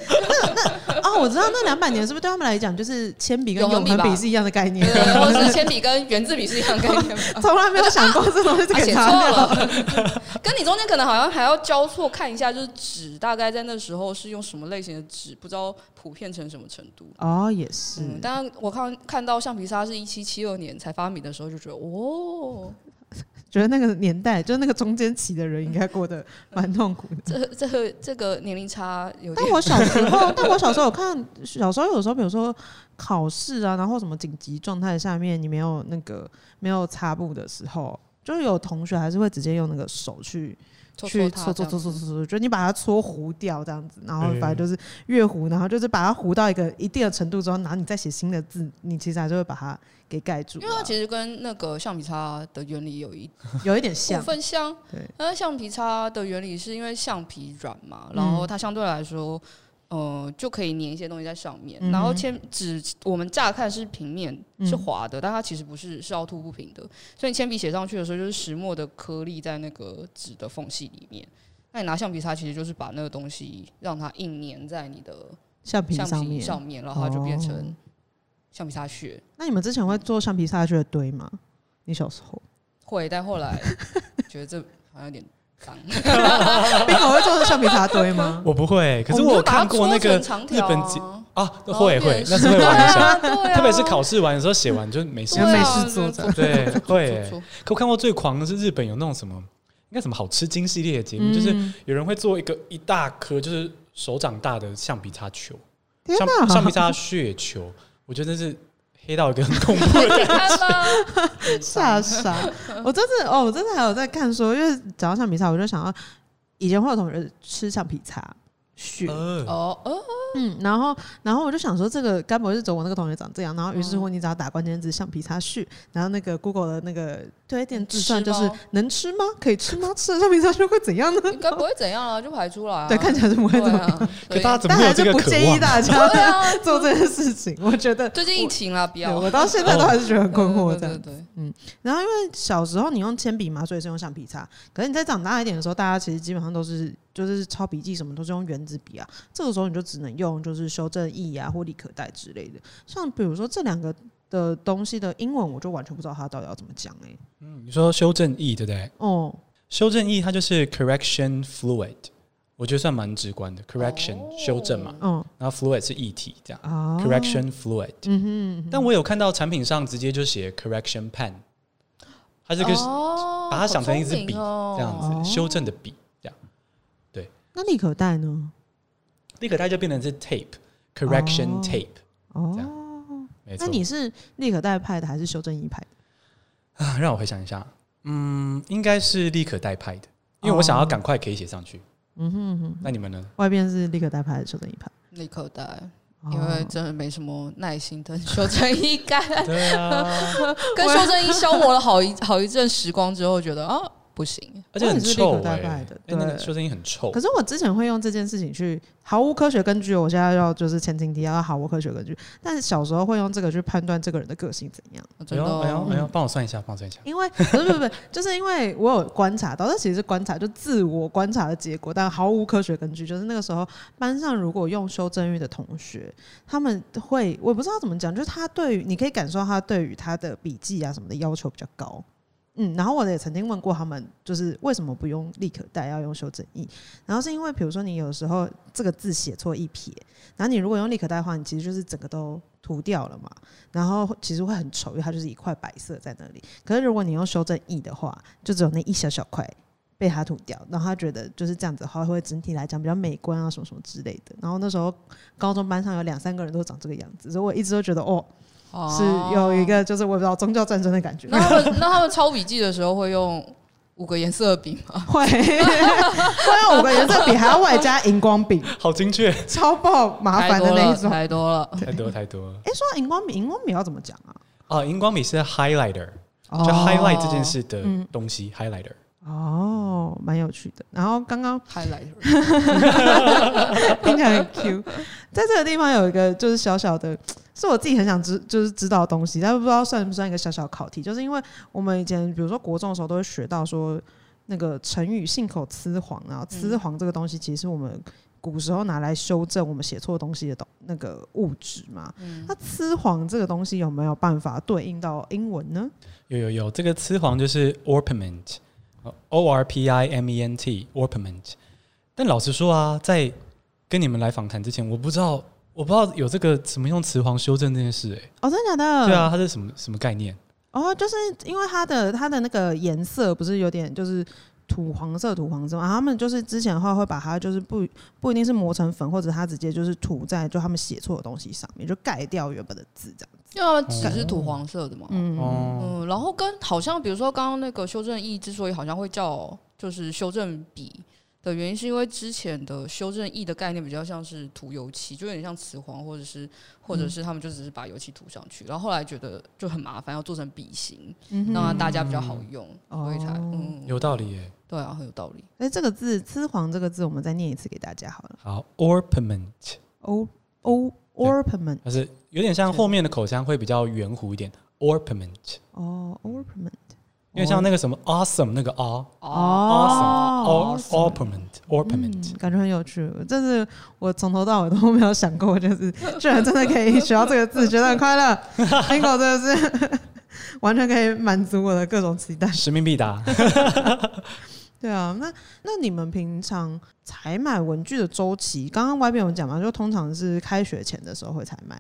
[SPEAKER 1] 那那哦，我知道那两百年是不是对他们来讲就是铅笔跟
[SPEAKER 3] 永
[SPEAKER 1] 永
[SPEAKER 3] 恒笔
[SPEAKER 1] 恒笔
[SPEAKER 3] 吧
[SPEAKER 1] 是一样的概念？
[SPEAKER 3] 对，？或者是铅笔跟圆珠笔是一样的概念吧
[SPEAKER 1] 从来没有想过 这东西是
[SPEAKER 3] 啊，
[SPEAKER 1] 可以
[SPEAKER 3] 写错
[SPEAKER 1] 擦掉的。
[SPEAKER 3] 了， 跟你中间可能好像还要交错看一下，就是纸大概在那时候是用什么类型的纸，不知道普遍成什么程度。
[SPEAKER 1] 哦，也是，
[SPEAKER 3] 嗯，当然我看看到橡皮擦是一七七二年才发明的时候，就觉得哦，
[SPEAKER 1] 觉得那个年代，就是那个中间期的人，应该过得蛮痛苦的。
[SPEAKER 3] 这 这个这个年龄差有
[SPEAKER 1] 但
[SPEAKER 3] 点。
[SPEAKER 1] 我 小时候，但我小时候有看，小时候有时候，比如说考试啊，然后什么紧急状态下面，你没有那个没有擦布的时候，就是有同学还是会直接用那个手去
[SPEAKER 3] 戳
[SPEAKER 1] 去
[SPEAKER 3] 它
[SPEAKER 1] 搓搓
[SPEAKER 3] 这
[SPEAKER 1] 搓
[SPEAKER 3] 样子
[SPEAKER 1] 搓搓搓，就你把它搓糊掉这样子，然后反正就是越糊，然后就是把它糊到一个一定的程度之后，然后你再写新的字，你其实还是会把它给盖住啊，
[SPEAKER 3] 因为它其实跟那个橡皮擦的原理有一
[SPEAKER 1] 有一点
[SPEAKER 3] 部
[SPEAKER 1] 像，
[SPEAKER 3] 分像
[SPEAKER 1] 对，
[SPEAKER 3] 那橡皮擦的原理是因为橡皮软嘛，然
[SPEAKER 1] 嗯
[SPEAKER 3] 后它相对来说，呃，就可以粘一些东西在上面。
[SPEAKER 1] 嗯哼
[SPEAKER 3] 然后铅纸我们乍看是平面
[SPEAKER 1] 嗯
[SPEAKER 3] 是滑的，但它其实不是，是凹凸不平的。所以你铅笔写上去的时候，就是石墨的颗粒在那个纸的缝隙里面。那你拿橡皮擦，其实就是把那个东西让它硬粘在你的
[SPEAKER 1] 橡皮
[SPEAKER 3] 橡
[SPEAKER 1] 上
[SPEAKER 3] 皮
[SPEAKER 1] 面。
[SPEAKER 3] 上面，然后它就变
[SPEAKER 1] 哦
[SPEAKER 3] 成橡皮擦屑。
[SPEAKER 1] 那你们之前会做橡皮擦屑堆吗？你小时候，
[SPEAKER 3] 会，但后来觉得这好像有点脏。
[SPEAKER 1] 冰狗会做橡皮擦堆吗？
[SPEAKER 2] 我不会，可是
[SPEAKER 3] 我们
[SPEAKER 2] 我
[SPEAKER 3] 哦就
[SPEAKER 2] 有
[SPEAKER 3] 把它
[SPEAKER 2] 看过那
[SPEAKER 3] 搓
[SPEAKER 2] 个
[SPEAKER 3] 成长
[SPEAKER 2] 日
[SPEAKER 3] 条
[SPEAKER 2] 本
[SPEAKER 3] 啊
[SPEAKER 2] 节啊，
[SPEAKER 3] 然后
[SPEAKER 2] 会
[SPEAKER 3] 变
[SPEAKER 2] 会，那是
[SPEAKER 3] 成
[SPEAKER 2] 会玩一下，
[SPEAKER 3] 对啊 对 啊
[SPEAKER 2] 特别是考试完的时候写完就没事
[SPEAKER 1] 因为
[SPEAKER 3] 对
[SPEAKER 1] 没
[SPEAKER 3] 啊
[SPEAKER 1] 事做
[SPEAKER 3] 对
[SPEAKER 1] 这样
[SPEAKER 2] 对，会。
[SPEAKER 3] 搓搓
[SPEAKER 2] 可我看过最狂的是日本有那种什么，应该什么好吃惊系列的节
[SPEAKER 3] 嗯
[SPEAKER 2] 目，就是有人会做一个一大颗，就是手掌大的橡皮擦球，
[SPEAKER 1] 天
[SPEAKER 2] 橡
[SPEAKER 1] 哪，
[SPEAKER 2] 橡皮擦血球，我觉得真是黑到一个很恐怖的
[SPEAKER 3] 你看吧，
[SPEAKER 1] 吓傻！我真的哦，我真的还有在看说，因为讲到橡皮擦，我就想到以前会有同学吃橡皮擦屑，
[SPEAKER 2] 呃
[SPEAKER 3] 哦哦，
[SPEAKER 1] 嗯，然后然后我就想说，这个该不会是走我那个同学长这样？然后
[SPEAKER 3] 嗯
[SPEAKER 1] 于是乎，你只要打关键字橡皮擦絮，然后那个 Google 的那个推荐计算就是
[SPEAKER 3] 吃吗
[SPEAKER 1] 能吃吗？可以吃吗？吃了橡皮擦屑会怎样呢？
[SPEAKER 3] 应该不会怎样啊，就排出来啊。
[SPEAKER 1] 对，看起来是不会
[SPEAKER 3] 对
[SPEAKER 1] 怎么样，
[SPEAKER 3] 啊，
[SPEAKER 2] 可大家怎么
[SPEAKER 1] 但
[SPEAKER 2] 会有
[SPEAKER 1] 还
[SPEAKER 2] 这
[SPEAKER 1] 是
[SPEAKER 2] 个
[SPEAKER 1] 不
[SPEAKER 2] 渴
[SPEAKER 1] 建议
[SPEAKER 2] 望？
[SPEAKER 1] 大
[SPEAKER 3] 对
[SPEAKER 1] 家
[SPEAKER 3] 对啊，
[SPEAKER 1] 做这件事情。我觉得
[SPEAKER 3] 最近疫情啦，不
[SPEAKER 1] 对
[SPEAKER 3] 要。
[SPEAKER 1] 我到现在都还是觉得很困惑这
[SPEAKER 3] 嗯对对
[SPEAKER 1] 样。
[SPEAKER 3] 对对，
[SPEAKER 1] 然后因为小时候你用铅笔嘛，所以是用橡皮擦。可是你在长大一点的时候，大家其实基本上都是就是抄笔记什么都是用圆珠笔啊。这个时候你就只能用就是修正液啊或立可带之类的。像比如说这两个的东西的英文，我就完全不知道它到底要怎么讲哎、
[SPEAKER 2] 嗯你说修正液对不对？
[SPEAKER 1] 哦，
[SPEAKER 2] 修正液它就是 correction fluid，我觉得算蛮直观的，correction
[SPEAKER 3] 哦
[SPEAKER 2] 修正嘛，
[SPEAKER 1] 嗯
[SPEAKER 2] 然后 fluid 是液体这样
[SPEAKER 1] 啊
[SPEAKER 2] ，correction fluid。
[SPEAKER 1] 嗯哼嗯哼，
[SPEAKER 2] 但我有看到产品上直接就写 correction pen，它这个
[SPEAKER 3] 哦
[SPEAKER 2] 把它想成一支笔
[SPEAKER 3] 好聪明哦
[SPEAKER 2] 这样
[SPEAKER 1] 哦
[SPEAKER 2] 子修正的笔，这样
[SPEAKER 1] 那立可带呢？
[SPEAKER 2] 立可带就变成是 tape correction
[SPEAKER 1] 哦
[SPEAKER 2] tape，
[SPEAKER 1] 哦
[SPEAKER 2] 这。没
[SPEAKER 1] 那。
[SPEAKER 2] 错
[SPEAKER 1] 你是立可带派的还是修正液派的？
[SPEAKER 2] 啊让我回想一下，嗯，应该是立可带派的，因为我想要赶快可以写上去。
[SPEAKER 1] 哦嗯哼嗯哼，
[SPEAKER 2] 那你们呢？
[SPEAKER 1] 外边是立可带派还是修正液派？
[SPEAKER 3] 立刻带，
[SPEAKER 1] 哦
[SPEAKER 3] 因为真的没什么耐心等修正一干，
[SPEAKER 1] 哦
[SPEAKER 2] 对啊，
[SPEAKER 3] 跟修正一消磨了好一好一阵时光之后，觉得啊不行，
[SPEAKER 2] 而且很
[SPEAKER 1] 我也是立
[SPEAKER 2] 臭
[SPEAKER 1] 可
[SPEAKER 2] 哎、
[SPEAKER 1] 带派的
[SPEAKER 2] 哎那个
[SPEAKER 1] 对
[SPEAKER 2] 修正音很臭
[SPEAKER 1] 可。是我之前会用这件事情去毫无科学根据，我现在要就是前情提要毫无科学根据。但是小时候会用这个去判断这个人的个性怎样，
[SPEAKER 2] 哎
[SPEAKER 3] 真的
[SPEAKER 2] 呦哎呦
[SPEAKER 3] 哦
[SPEAKER 2] 哎呦，帮我算一下，帮我算一下。
[SPEAKER 1] 因为 不是不是不是，就是因为我有观察到，这其实是观察，就自我观察的结果，但毫无科学根据。就是那个时候班上如果用修正语的同学，他们会我也不知道怎么讲，就是他对于你可以感受到他对于他的笔记啊什么的要求比较高。嗯，然后我也曾经问过他们，就是为什么不用立可带，要用修正液？然后是因为比如说你有时候这个字写错一撇，然后你如果用立可带的话，你其实就是整个都涂掉了嘛，然后其实会很丑，因为它就是一块白色在那里。可是如果你用修正液的话，就只有那一小小块被它涂掉，然后他觉得就是这样子的话，会整体来讲比较美观啊，什么什么之类的。然后那时候高中班上有两三个人都长这个样子，所以我一直都觉得哦，
[SPEAKER 3] 哦
[SPEAKER 1] 是有一个就是我也不知道宗教战争的感 觉。
[SPEAKER 3] 那他们那他们抄笔记的时候会用五个颜色的笔吗？
[SPEAKER 1] 会，会用五个颜色笔，还要外加荧光笔，
[SPEAKER 2] 好精确，
[SPEAKER 1] 超爆麻
[SPEAKER 3] 太
[SPEAKER 1] 烦
[SPEAKER 3] 多
[SPEAKER 1] 的那一
[SPEAKER 3] 了，
[SPEAKER 1] 种。
[SPEAKER 3] 太多了。
[SPEAKER 2] 太多太多了。
[SPEAKER 1] 哎、说到荧光笔，荧光笔要怎么讲啊？
[SPEAKER 2] 啊，荧光笔是 highlighter，
[SPEAKER 1] 哦
[SPEAKER 2] 就 highlight 这件事的
[SPEAKER 1] 嗯
[SPEAKER 2] 东西，highlighter。
[SPEAKER 1] 哦，蛮有趣的。然后刚刚
[SPEAKER 3] 还来
[SPEAKER 1] 听起来很 Q，在这个地方有一个就是小小的，是我自己很想知就是知道的东西，但不知道算不算一个小小考题，就是因为我们以前比如说国中的时候都会学到说那个成语“信口雌黄”，然后“雌黄”这个东西其实是我们古时候拿来修正我们写错东西的东那个物质嘛。那“雌黄”这个东西有没有办法对应到英文呢？
[SPEAKER 2] 有有有，这个雌黄就是 orpiment，O R P I M E N T，orpiment。但老实说啊，在跟你们来访谈之前，我不知道，我不知道有这个怎么用雌黄修正这件事、欸。
[SPEAKER 1] 哦，真的假的？
[SPEAKER 2] 对啊，它是什么什么概念？
[SPEAKER 1] 哦，就是因为它的它的那个颜色不是有点就是土黄色、土黄色嘛，他们就是之前的话会把它就是不不一定是磨成粉，或者它直接就是涂在就他们写错的东西上面，就盖掉原本的字这样。
[SPEAKER 3] 因为他们纸是土黄色的嘛。
[SPEAKER 1] 嗯，
[SPEAKER 2] 哦，
[SPEAKER 3] 嗯，然后跟好像比如说刚刚那个修正液之所以好像会叫就是修正笔的原因，是因为之前的修正液的概念比较像是涂油漆，就有点像雌黄，或者是
[SPEAKER 1] 嗯
[SPEAKER 3] 或者是他们就只是把油漆涂上去，然后后来觉得就很麻烦，要做成笔型，
[SPEAKER 1] 嗯哼
[SPEAKER 3] 让大家比较好用，所以才
[SPEAKER 1] 哦
[SPEAKER 3] 嗯，
[SPEAKER 2] 有道理耶、欸
[SPEAKER 3] 对啊，很有道理。
[SPEAKER 1] 哎，这个字“雌黄”这个字，我们再念一次给大家好了。
[SPEAKER 2] 好，orpiment，
[SPEAKER 1] o o orpiment
[SPEAKER 2] 它是有点像后面的口腔会比较圆弧一点，orpiment。
[SPEAKER 1] 哦，orpiment，
[SPEAKER 2] 因为像那个什么 awesome 那个 r
[SPEAKER 1] 哦
[SPEAKER 2] awesome，orpiment orpiment
[SPEAKER 1] 嗯。感觉很有趣。这是我从头到尾都没有想过， 就是居然真的可以学到这个字，觉得很快乐。bingo 真的是 完全可以满足我的各种期待。
[SPEAKER 2] 使命必达。
[SPEAKER 1] 对啊，那那你们平常采买文具的周期，刚刚外边有讲嘛，就通常是开学前的时候会采买。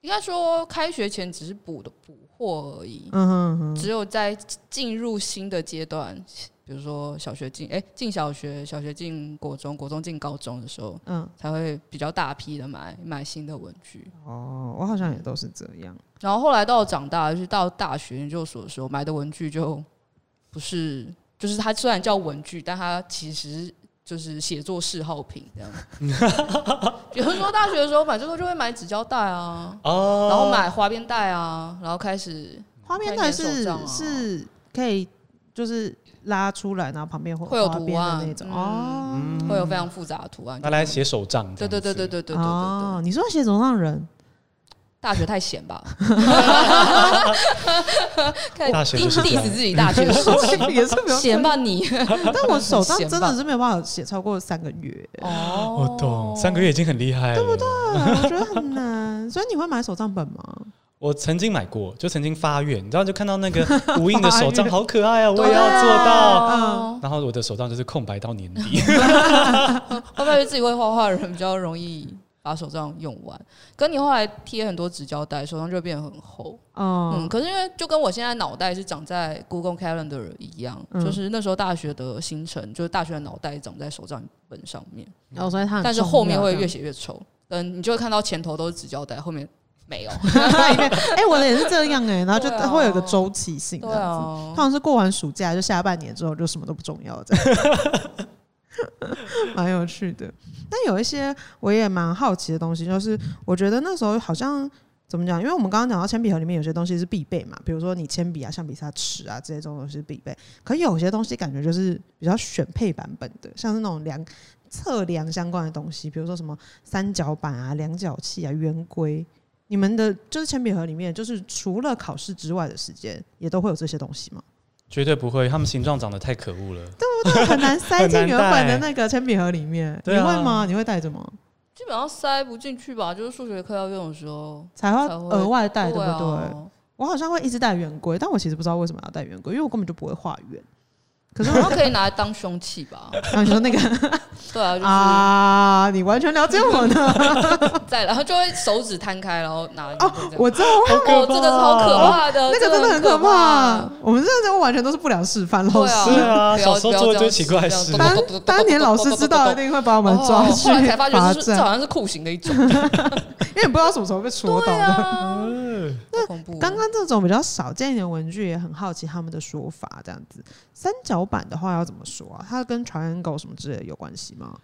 [SPEAKER 3] 应该说开学前只是补的补货而已，
[SPEAKER 1] 嗯哼哼，
[SPEAKER 3] 只有在进入新的阶段，比如说小学进哎进小学，小学进国中，国中进高中的时候，
[SPEAKER 1] 嗯，
[SPEAKER 3] 才会比较大批的买买新的文具。
[SPEAKER 1] 哦，我好像也都是这样。
[SPEAKER 3] 然后后来到长大，就是到大学研究所的时候，买的文具就不是，就是它虽然叫文具，但它其实。就是写作嗜好品这样， 比如说大学的时候，反正都就会买纸胶带啊，
[SPEAKER 2] 哦
[SPEAKER 3] 然后买花边带啊，然后开始
[SPEAKER 1] 花边带
[SPEAKER 3] 看你的手
[SPEAKER 1] 是、
[SPEAKER 3] 账啊
[SPEAKER 1] 是可以就是拉出来，然后旁边会
[SPEAKER 3] 会有
[SPEAKER 1] 花
[SPEAKER 3] 图
[SPEAKER 1] 边的
[SPEAKER 3] 案
[SPEAKER 1] 那种、
[SPEAKER 3] 嗯
[SPEAKER 1] 哦。
[SPEAKER 3] 会有非常复杂的图案。
[SPEAKER 2] 拿来写手账。
[SPEAKER 3] 对对对对对
[SPEAKER 2] 对。
[SPEAKER 3] 对对对对
[SPEAKER 1] 哦，你说写手上人，
[SPEAKER 3] 大学太闲吧？
[SPEAKER 2] 大学就是这样
[SPEAKER 3] diss 自己大学的 事情，
[SPEAKER 1] 也 是不用
[SPEAKER 3] 闲吧你？
[SPEAKER 1] 但我手上
[SPEAKER 3] 很闲
[SPEAKER 1] 真
[SPEAKER 3] 吧
[SPEAKER 1] 的是没有办法写超过三个 月，啊
[SPEAKER 3] 哦
[SPEAKER 2] 我懂，三个
[SPEAKER 3] 月。
[SPEAKER 2] 月已经很厉害了，对不对？
[SPEAKER 1] 对，我觉得很难。所以你会买手账本吗？
[SPEAKER 2] 我曾经买过，就曾经发愿，你知道，就看到那个无印的手账好可爱啊，我也
[SPEAKER 1] 对
[SPEAKER 2] 要
[SPEAKER 1] 啊
[SPEAKER 2] 做到。
[SPEAKER 3] 嗯，
[SPEAKER 2] 然后我的手账就是空白到年底，
[SPEAKER 3] 会不会自己会画画的人比较容易把手账用完？跟你后来贴很多纸胶带，手上就会变得很厚。嗯，
[SPEAKER 1] 哦，
[SPEAKER 3] 可是因为就跟我现在脑袋是长在 Google Calendar 一样，
[SPEAKER 1] 嗯
[SPEAKER 3] 就是那时候大学的行程，就是大学的脑袋长在手账本上面，
[SPEAKER 1] 然哦后所以啊它很
[SPEAKER 3] 但是
[SPEAKER 1] 重要
[SPEAKER 3] 后面会
[SPEAKER 1] 这
[SPEAKER 3] 越
[SPEAKER 1] 样
[SPEAKER 3] 写越丑。嗯，你就会看到前头都是纸胶带，后面没 有。
[SPEAKER 1] 一遍 哎，我的也是这样哎，然后就
[SPEAKER 3] 对啊
[SPEAKER 1] 会有个周期性，
[SPEAKER 3] 对
[SPEAKER 1] 这样子。
[SPEAKER 3] 啊
[SPEAKER 1] 通，常是过完暑假就下半年之后就什么都不重要这样。 蛮有趣的，但有一些我也蛮好奇的东西，就是我觉得那时候好像怎么讲？因为我们刚刚讲到铅笔盒里面有些东西是必备嘛，比如说你铅笔啊、橡皮擦、尺啊这些东西是必备，可有些东西感觉就是比较选配版本的，像是那种量测量相关的东西，比如说什么三角板啊、量角器啊、圆规。你们的就是铅笔盒里面，就是除了考试之外的时间，也都会有这些东西吗？
[SPEAKER 2] 绝对不会。他们形状长得太可恶了。
[SPEAKER 1] 很难塞进原本的那个铅笔盒里面。
[SPEAKER 2] 对啊
[SPEAKER 1] 你会吗？你会带着吗？
[SPEAKER 3] 基本上塞不进去吧，就是数学课要用的时候。
[SPEAKER 1] 才会
[SPEAKER 3] 才会
[SPEAKER 1] 额外带，对
[SPEAKER 3] 对
[SPEAKER 1] 不对？
[SPEAKER 3] 啊，
[SPEAKER 1] 我好像会一直带圆规，但我其实不知道为什么要带圆规，因为我根本就不会画圆。可是
[SPEAKER 3] 然
[SPEAKER 1] 我
[SPEAKER 3] 后 可以拿来当凶器吧？
[SPEAKER 1] 想说那个
[SPEAKER 3] 对啊，就是
[SPEAKER 1] 啊，你完全了解我
[SPEAKER 3] 啊
[SPEAKER 1] 呢。
[SPEAKER 3] 在，然后就会手指摊开，然后拿
[SPEAKER 1] 哦，我知道，
[SPEAKER 3] 哦，这个超可怕的，
[SPEAKER 1] 那个真
[SPEAKER 3] 这
[SPEAKER 1] 的很
[SPEAKER 3] 很
[SPEAKER 1] 可怕
[SPEAKER 3] 怕。。
[SPEAKER 1] 我们真的是完全都是不了示范，老
[SPEAKER 3] 对啊，
[SPEAKER 1] 师。
[SPEAKER 2] 是啊小时候做一堆奇怪的事
[SPEAKER 1] 当当年老师知 道，一定会把我
[SPEAKER 3] 我
[SPEAKER 1] 们抓去
[SPEAKER 3] 啊哦后来才发
[SPEAKER 1] 罚
[SPEAKER 3] 觉这是这好
[SPEAKER 1] 站，
[SPEAKER 3] 像是酷刑的一种，
[SPEAKER 1] 因为不知道什么时候被戳到
[SPEAKER 3] 对
[SPEAKER 1] 的。
[SPEAKER 3] 啊，
[SPEAKER 2] 嗯
[SPEAKER 3] 好恐怖哦。
[SPEAKER 1] 刚刚这种比较少见一点的文具，也很好奇他们的说法。这样子，三角板的话要怎么说啊？它跟 triangle 什么之类的有关系吗？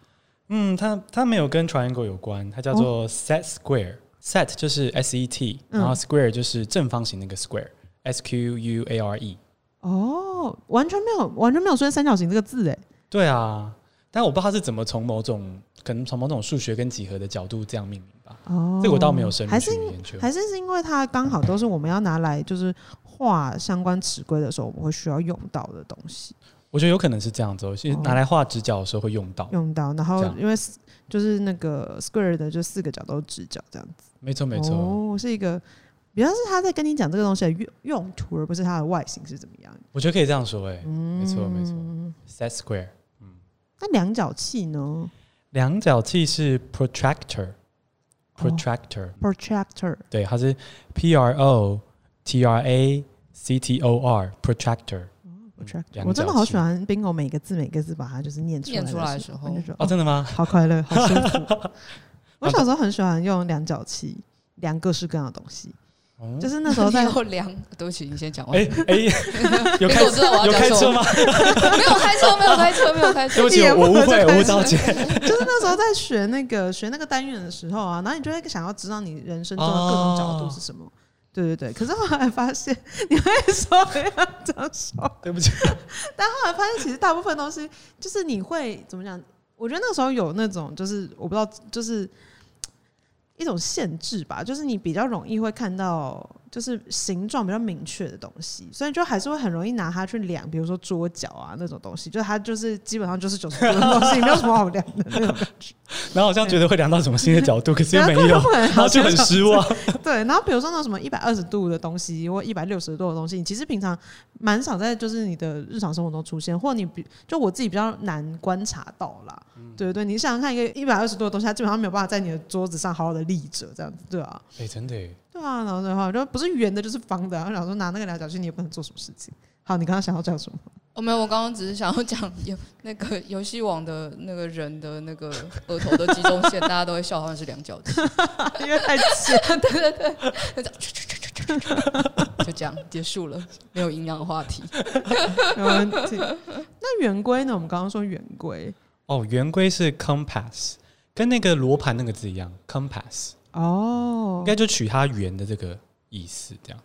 [SPEAKER 2] 嗯，它它没有跟 triangle 有关，它叫做 set square。 set 就是 S E T，
[SPEAKER 1] 嗯
[SPEAKER 2] 然后 square 就是正方形那个 square，S Q U A R E。
[SPEAKER 1] 哦，完全没有，完全没有出现三角形这个字哎。
[SPEAKER 2] 对啊，但我不知道他是怎么从某种可能从某种数学跟几何的角度这样命名吧。
[SPEAKER 1] 哦，
[SPEAKER 2] 这个我倒没有深入
[SPEAKER 1] 还是
[SPEAKER 2] 去
[SPEAKER 1] 因
[SPEAKER 2] 研究。
[SPEAKER 1] 还是是因为它刚好都是我们要拿来就是画相关尺规的时候，我们会需要用到的东西，
[SPEAKER 2] 我觉得有可能是这样子、哦，其实
[SPEAKER 1] 哦
[SPEAKER 2] 拿来画直角的时候会用到。
[SPEAKER 1] 用到。然后
[SPEAKER 2] 这样
[SPEAKER 1] 因为是就是那个 square 的就四个角都是直角这样子，
[SPEAKER 2] 没错没错，
[SPEAKER 1] 哦，是一个比较是他在跟你讲这个东西的用用途，而不是它的外形是怎么样。
[SPEAKER 2] 我觉得可以这样说、哎、
[SPEAKER 1] 嗯，
[SPEAKER 2] 没错没错。set square
[SPEAKER 1] 那量角器呢
[SPEAKER 2] 量角器是 protractor。protractor，、
[SPEAKER 1] 哦？Protractor
[SPEAKER 2] 对，它是 p r o t r a c t o r protractor。
[SPEAKER 1] 哦 protractor，
[SPEAKER 2] 量
[SPEAKER 1] 我真的
[SPEAKER 2] 嗯角
[SPEAKER 1] 好
[SPEAKER 2] 器
[SPEAKER 1] 喜欢 bingo 每个字每个字把它就是念出来
[SPEAKER 3] 念出来的
[SPEAKER 1] 的
[SPEAKER 3] 时
[SPEAKER 1] 时候，
[SPEAKER 3] 候
[SPEAKER 1] 我就觉得
[SPEAKER 2] 哦，真的吗？
[SPEAKER 1] 好快乐，好舒 服。我小时候很喜欢用量角器量各式各样的东西，
[SPEAKER 2] 哦
[SPEAKER 1] 就是那时 候在
[SPEAKER 3] 要量，对不起，你先
[SPEAKER 1] 哦
[SPEAKER 3] 讲完。
[SPEAKER 2] 哎哎， 有
[SPEAKER 3] 因
[SPEAKER 2] 开
[SPEAKER 3] 为我知道我要
[SPEAKER 2] 有
[SPEAKER 3] 讲
[SPEAKER 2] 开
[SPEAKER 3] 什
[SPEAKER 2] 车
[SPEAKER 3] 么，
[SPEAKER 2] 吗？
[SPEAKER 3] 没有开车，没有开车，没有开
[SPEAKER 2] 对
[SPEAKER 3] 车
[SPEAKER 2] 不。起，
[SPEAKER 1] 也不
[SPEAKER 2] 我误
[SPEAKER 1] 会
[SPEAKER 2] 会，
[SPEAKER 1] 就开
[SPEAKER 2] 我
[SPEAKER 1] 车
[SPEAKER 2] 道歉。
[SPEAKER 1] 就是那时候在学那个学那个单元的时候啊，然后你就会想要知道你人生中的各种角度是什么。
[SPEAKER 2] 哦
[SPEAKER 1] 对对对，可是后来发现，你会说要这样说，
[SPEAKER 2] 对不起，
[SPEAKER 1] 但后来发现其实大部分东西就是你会怎么讲？我觉得那时候有那种就是我不知道，就是一种限制吧，就是你比较容易会看到就是形状比较明确的东西，所以就还是会很容易拿它去量，比如说桌角啊那种东西，就是它就是基本上就是九十度的东西，没有什么好量的那种。啊
[SPEAKER 2] 然后好像觉得会量到什么新的角度，可是又
[SPEAKER 1] 然
[SPEAKER 2] 没
[SPEAKER 1] 后根本
[SPEAKER 2] 有
[SPEAKER 1] 就，不可能
[SPEAKER 2] 然后就很失望。
[SPEAKER 1] 对，然后比如说那种什么一百二十度的东西或一百六十度的东西，你其实平常蛮少在就是你的日常生活中出现，或你比就我自己比较难观察到啦。对对对，你想想看，一个一百二十度的东西，它基本上没有办法在你的桌子上好好的立着，这样子，对啊，
[SPEAKER 2] 哎，真的耶，
[SPEAKER 1] 对啊，然后的话就不是圆的，就是方的，然后啊想说拿那个量角器，你也不能做什么事情。好，你刚刚想要讲什么？
[SPEAKER 3] 哦，没有，我刚刚只是想要讲有那个游戏王的那个人的那个额头的集中线，大家都会笑好像是两脚趾，
[SPEAKER 1] 因为太浅，
[SPEAKER 3] 对对对，那这样啾啾啾啾啾啾就这样结束了，没有营养的话题。
[SPEAKER 1] 没问题。那圆规呢？我们刚刚说圆规
[SPEAKER 2] 哦，圆规是 compass，跟那个罗盘那个字一样，compass，
[SPEAKER 1] 哦
[SPEAKER 2] 应，该就取它圆的这个意思，这样。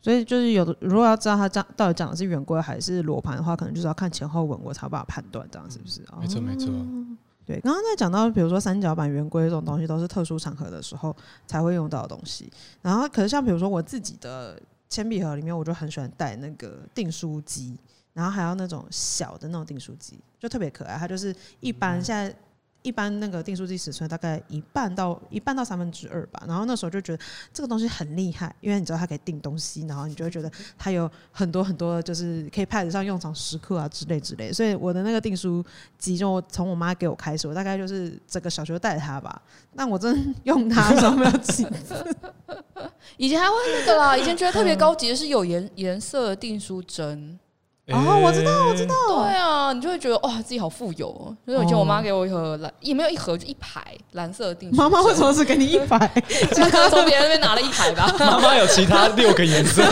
[SPEAKER 1] 所以就是有的，如果要知道他讲到底讲的是圆规还是罗盘的话，可能就是要看前后文，我才有办法判断这样是不是？
[SPEAKER 2] 没错
[SPEAKER 1] 哦
[SPEAKER 2] 没错。
[SPEAKER 1] 对，刚刚在讲到，比如说三角板、圆规这种东西，都是特殊场合的时候才会用到的东西。然后，可是像比如说我自己的铅笔盒里面，我就很喜欢带那个订书机，然后还有那种小的那种订书机，就特别可爱。它就是一般现在。一般那个订书机尺寸大概一半到一半到三分之二吧，然后那时候就觉得这个东西很厉害，因为你知道它可以订东西，然后你就会觉得它有很多很多就是可以派得上用场时刻啊之类之类，所以我的那个订书集中，从我妈给我开始，我大概就是整个小学带它吧。那我真的用它的时候没有几 次，
[SPEAKER 3] 以前还会那个啦，以前觉得特别高级的是有颜颜色的订书针。
[SPEAKER 1] 哦我知
[SPEAKER 2] 道我知道，
[SPEAKER 3] 对啊，你就会觉得哇，自己好富有哦。就是以前我妈
[SPEAKER 1] 哦
[SPEAKER 3] 给我一盒蓝，也没有一盒，就一排蓝色的订书针。
[SPEAKER 1] 妈妈为什么只给你一百？
[SPEAKER 3] 可能从别人那边拿了一排 吧？
[SPEAKER 2] 妈妈有其他六个 颜色，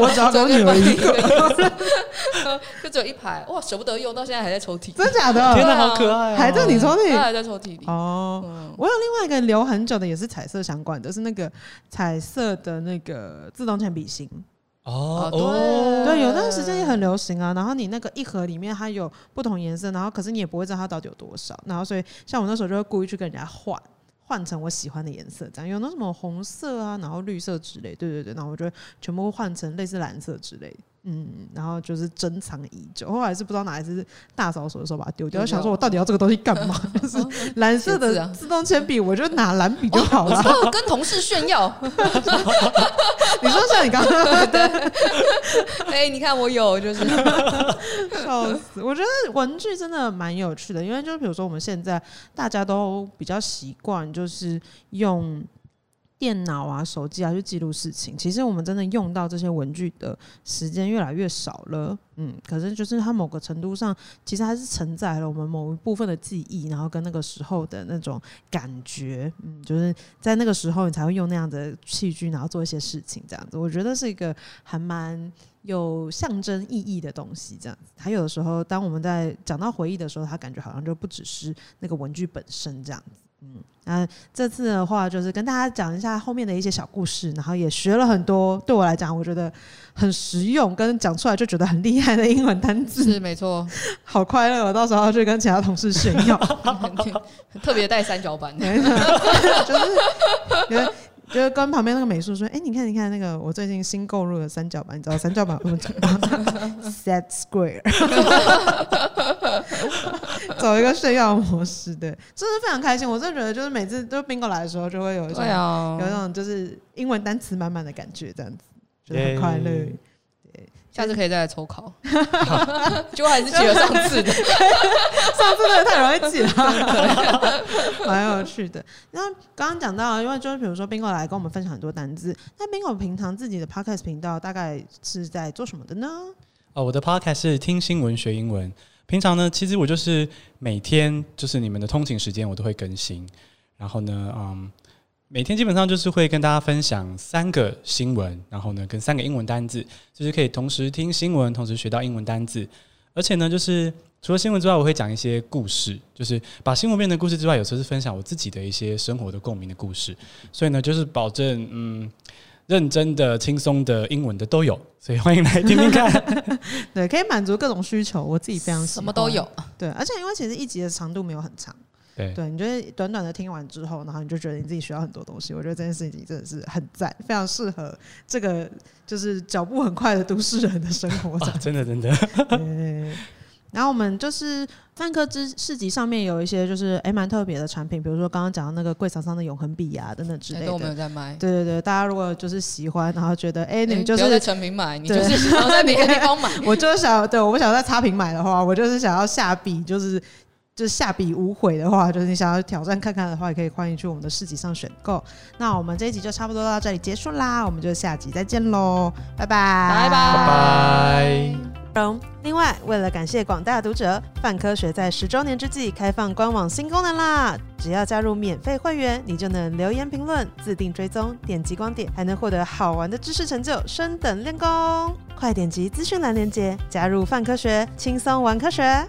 [SPEAKER 1] 我只要给我女儿一个，
[SPEAKER 3] 个， 就只有一排，哇，舍不得用，到现在还在抽屉，
[SPEAKER 1] 真假
[SPEAKER 2] 天
[SPEAKER 1] 的？
[SPEAKER 2] 哪，好可爱哦！
[SPEAKER 1] 还在你抽
[SPEAKER 3] 它
[SPEAKER 1] 屉？
[SPEAKER 3] 还在抽屉里。
[SPEAKER 1] 哦，
[SPEAKER 3] 嗯，
[SPEAKER 1] 我有另外一个留很久的，也是彩色相关的，是那个彩色的那个自动铅笔芯。
[SPEAKER 2] 哦
[SPEAKER 3] 哦
[SPEAKER 2] 哦，
[SPEAKER 1] 对，有段时间也很流行啊。然后你那个一盒里面它有不同颜色，然后可是你也不会知道它到底有多少。然后所以像我那时候就会故意去跟人家换，换成我喜欢的颜色，这样有那什么红色啊，然后绿色之类，对对对。然后我就会全部换成类似蓝色之类，嗯，然后就是珍藏已久。后来是不知道哪一次大扫除的时候把它丢掉，
[SPEAKER 3] 丢掉
[SPEAKER 1] 想说我到底要这个东西干嘛？ 就是蓝色
[SPEAKER 3] 写字啊哦
[SPEAKER 1] 的自动铅笔，我就拿蓝笔就好
[SPEAKER 3] 我
[SPEAKER 1] 了
[SPEAKER 3] 知。道，跟同事炫 耀，
[SPEAKER 1] 你说像你刚刚。
[SPEAKER 3] 哎，你看我有，就是
[SPEAKER 1] 笑死！我觉得文具真的蛮有趣的，因为就比如说我们现在大家都比较习惯就是用电脑啊、手机啊去记录事情，其实我们真的用到这些文具的时间越来越少了。嗯，可是就是它某个程度上，其实还是承载了我们某一部分的记忆，然后跟那个时候的那种感觉，嗯，就是在那个时候你才会用那样的器具，然后做一些事情，这样子，我觉得是一个还蛮。有象征意义的东西，这样子。还有的时候，当我们在讲到回忆的时候，它感觉好像就不只是那个文具本身这样子。嗯，那这次的话就是跟大家讲一下后面的一些小故事，然后也学了很多对我来讲我觉得很实用，跟讲出来就觉得很厉害的英文单字，
[SPEAKER 3] 是没 错，
[SPEAKER 1] 好快乐哦！到时候要去跟其他同事炫 耀，
[SPEAKER 3] 特别带三角板 的，
[SPEAKER 1] 没错，就是因为。就是跟旁边那个美术说：“哎、你看，你看那个我最近新购入的三角板，你知道三角板怎么讲吗 ？Set square，走一个炫耀模式，对，真的非常开心。我真的觉得，就是每次都 bingo 来的时候，就会有一种、
[SPEAKER 3] 对啊
[SPEAKER 1] 有，一种就是英文单词满满的感觉，这样子觉得很快乐。
[SPEAKER 2] Yay
[SPEAKER 3] 下次可以再来抽考， 就还是记得上次
[SPEAKER 1] 上
[SPEAKER 3] 的，
[SPEAKER 1] 次那个太容易记了， 蛮有趣的。那刚刚讲到，因为就是比如说 bingo 来跟我们分享很多单字，那 bingo 平常自己的 podcast 频道大概是在做什么的呢？
[SPEAKER 2] 啊，我的 podcast 是听新闻学英文。平常呢，其实我就是每天就是你们的通勤时间我都会更新，然后呢，嗯，每天基本上就是会跟大家分享三个新闻，然后呢跟三个英文单字，就是可以同时听新闻，同时学到英文单字。而且呢，就是除了新闻之外，我会讲一些故事，就是把新闻变成故事之外，有时候是分享我自己的一些生活的共鸣的故事。所以呢，就是保证嗯。认真的、轻松的英文的都有，所以欢迎来听听看。
[SPEAKER 1] 对，可以满足各种需求，我自己非常喜欢
[SPEAKER 3] 什么 都有。，
[SPEAKER 1] 对，而且因为其实一集的长度没有很长，
[SPEAKER 2] 对，
[SPEAKER 1] 对，你就是短短的听完之后，然后你就觉得你自己学到很多东西。我觉得这件事情真的是很赞，非常适合这个就是脚步很快的都市人的生活。
[SPEAKER 2] 啊， 真的真的，
[SPEAKER 1] 对，然后我们就是泛科之市集上面有一些就是哎蛮特别的产品，比如说刚刚讲到那个贵桑桑的永恒笔啊等等之类
[SPEAKER 3] 对，我们
[SPEAKER 1] 的。
[SPEAKER 3] 有在卖。
[SPEAKER 1] 对对对，大家如果就是喜欢，然后觉得哎、你们就
[SPEAKER 3] 不要在
[SPEAKER 1] 是。
[SPEAKER 3] 成品买，你就
[SPEAKER 1] 对
[SPEAKER 3] 是想要在别的地方买。
[SPEAKER 1] 我就是想，对我不想在差评买的话，我就是想要下笔，就是就是下笔无悔的话，就是你想要挑战看看的话，也可以欢迎去我们的市集上选购。那我们这一集就差不多到这里结束啦，我们就下集再见喽，拜拜，
[SPEAKER 3] 拜拜
[SPEAKER 2] 拜。
[SPEAKER 1] 容。另外，为了感谢广大读者，泛科学在十周年之际开放官网新功能啦！只要加入免费会员，你就能留言评论、自定追踪、点击光点，还能获得好玩的知识成就，升等练功。快点击资讯栏链接，加入泛科学，轻松玩科学。